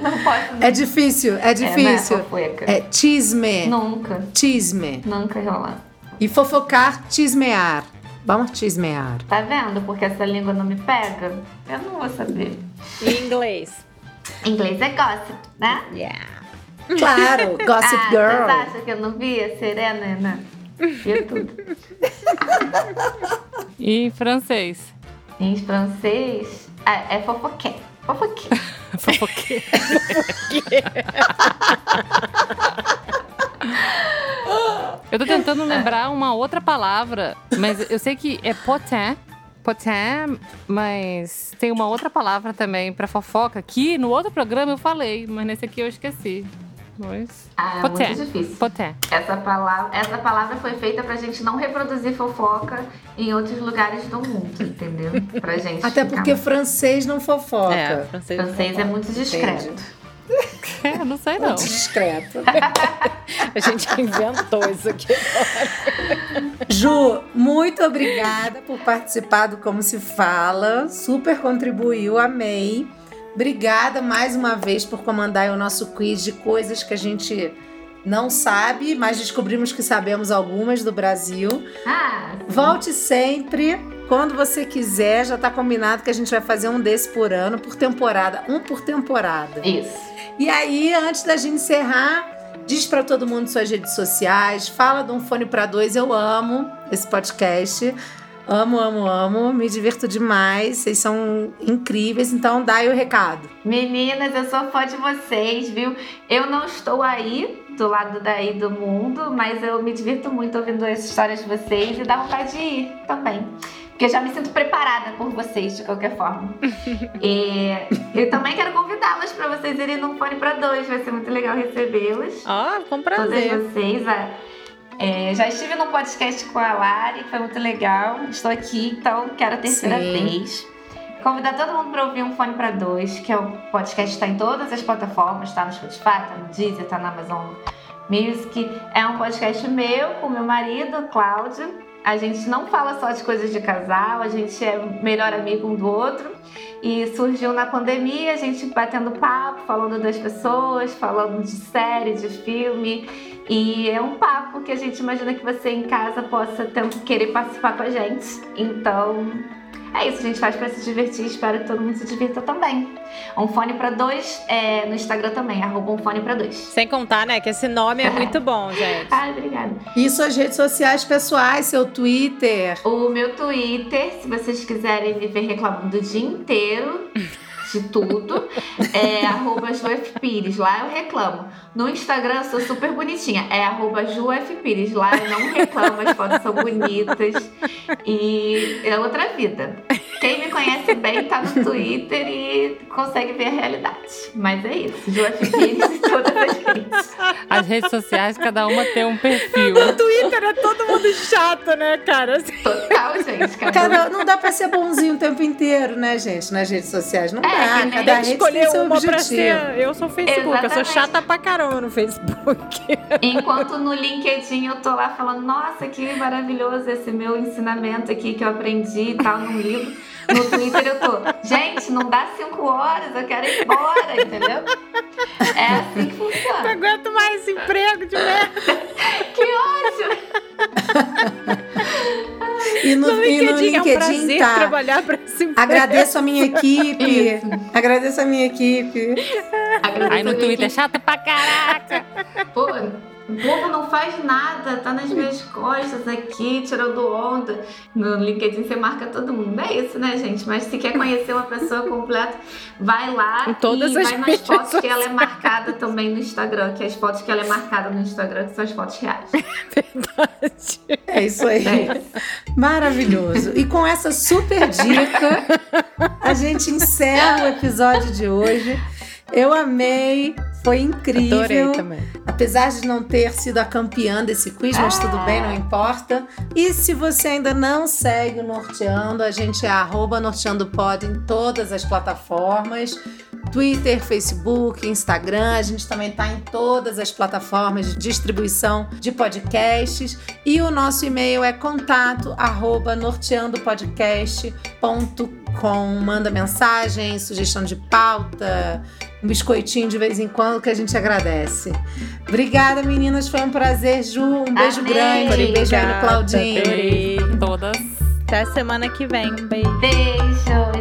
Não posso.
É difícil, é
É,
difícil.
não é fofoca.
É chisme,
Nunca.
chisme.
Nunca rola.
E fofocar, chismear. Vamos chismear.
Tá vendo? Porque essa língua não me pega. Eu não vou saber.
Em inglês.
Inglês é gossip, né?
Yeah.
Claro, Gossip
ah,
Girl.
Vocês acham que eu não via Serena, né? Via tudo.
E em francês.
em francês, ah, é fofoqué. Fofoqué.
Fofoqueira. eu tô tentando lembrar uma outra palavra, mas eu sei que é potin. Potin, mas tem uma outra palavra também pra fofoca que no outro programa eu falei, mas nesse aqui eu esqueci. Mas...
Ah, é muito difícil.
Potin.
Essa palavra, essa palavra foi feita pra gente não reproduzir fofoca em outros lugares do mundo, entendeu? Pra gente.
Até
ficar-
porque francês não fofoca.
É, francês.
francês é muito discreto.
É, não sei não.
Discreto.
A gente inventou isso aqui.
Ju, muito obrigada por participar do Como Se Fala. Super contribuiu, amei. Obrigada mais uma vez por comandar aí o nosso quiz de coisas que a gente não sabe, mas descobrimos que sabemos algumas do Brasil.
Ah,
Volte sempre. Quando você quiser, já tá combinado que a gente vai fazer um desse por ano, por temporada, um por temporada.
isso.
E aí, antes da gente encerrar, diz pra todo mundo suas redes sociais, fala de um fone pra dois, eu amo esse podcast. Amo, amo, amo, me divirto demais, vocês são incríveis, então dá aí o recado.
Meninas, eu sou fã de vocês, viu? Eu não estou aí do lado daí do mundo, mas eu me divirto muito ouvindo as histórias de vocês e dá vontade de ir também. Porque eu já me sinto preparada por vocês, de qualquer forma. e eu também quero convidá-las para vocês irem num fone para dois, vai ser muito legal recebê-las.
Ó, com prazer.
Todas vocês. a- é, já estive num podcast com a Lari, foi muito legal. Estou aqui, então quero a terceira
Sim.
vez. Convidar todo mundo para ouvir um fone para dois, que é o podcast está em todas as plataformas, está no Spotify, tá no Deezer, tá na Amazon Music. É um podcast meu com meu marido, Cláudio. A gente não fala só de coisas de casal, a gente é melhor amigo um do outro. E surgiu na pandemia, a gente batendo papo, falando das pessoas, falando de série, de filme. E é um papo que a gente imagina que você em casa possa ter- querer participar com a gente. Então, é isso, a gente faz pra se divertir. Espero que todo mundo se divirta também. Um fone pra dois é, no Instagram também, arroba um fone pra dois.
Sem contar, né, que esse nome é muito bom, gente.
Ai, obrigada.
E suas redes sociais pessoais, seu Twitter.
O meu Twitter, se vocês quiserem me ver reclamando o dia inteiro de tudo, é arroba Ju F. Pires. Lá eu reclamo. No Instagram eu sou super bonitinha. É arroba Ju F. Pires. Lá eu não reclamo, as fotos são bonitas. E é outra vida. Quem me conhece bem tá no Twitter e consegue ver a realidade. Mas é isso. Ju F. Pires e todas as redes.
As redes sociais, cada uma tem um perfil.
No Twitter é todo mundo chato, né, cara? Assim,
Total, gente. Cada
Cara, não dá pra ser bonzinho o tempo inteiro, né, gente? Nas redes sociais. Não
É, que
dá. né?
nem-
Cada
Tem
um tem
rede
que
tem
escolher
seu
uma pra
objetivo.
ser. Eu sou Facebook, eu sou
Exatamente.
chata pra caramba no Facebook.
Enquanto no LinkedIn eu tô lá falando, nossa, que maravilhoso esse meu ensinamento aqui que eu aprendi e tal no livro. No Twitter eu tô, gente, não dá cinco horas, eu quero ir embora, entendeu? É assim que
Não
funciona.
aguento mais esse emprego de merda.
E no,
No
e no
LinkedIn, é um
LinkedIn
prazer
tá.
trabalhar pra esse emprego.
Agradeço a minha equipe. Agradeço a minha equipe.
Aí no Twitter é chato pra caraca.
Pô, o povo não faz nada, tá nas minhas costas aqui, tirando onda. No LinkedIn você marca todo mundo. É isso, né, gente? Mas se quer conhecer uma pessoa completa, vai lá
Em todas
e
as
vai nas
mídias
fotos que ela é marcada também no Instagram, que as fotos que ela é marcada no Instagram que são as fotos reais.
É isso aí.
É isso.
Maravilhoso. E com essa super dica, a gente encerra o episódio de hoje. Eu amei, foi incrível.
Adorei também.
Apesar de não ter sido a campeã desse quiz, mas tudo bem,
Ah.
não importa. E se você ainda não segue o Norteando, a gente é arroba norteandopod em todas as plataformas. Twitter, Facebook, Instagram, a gente também está em todas as plataformas de distribuição de podcasts. E o nosso e-mail é contato arroba norteandopodcast.com. Manda mensagem, sugestão de pauta, um biscoitinho de vez em quando que a gente agradece. Obrigada, meninas. Foi um prazer, Ju. Um beijo
Amei.
grande. Um beijo aí no
Obrigada,
Claudinho.
adorei.
Todas.
Até semana que vem. Um beijo.
Beijo!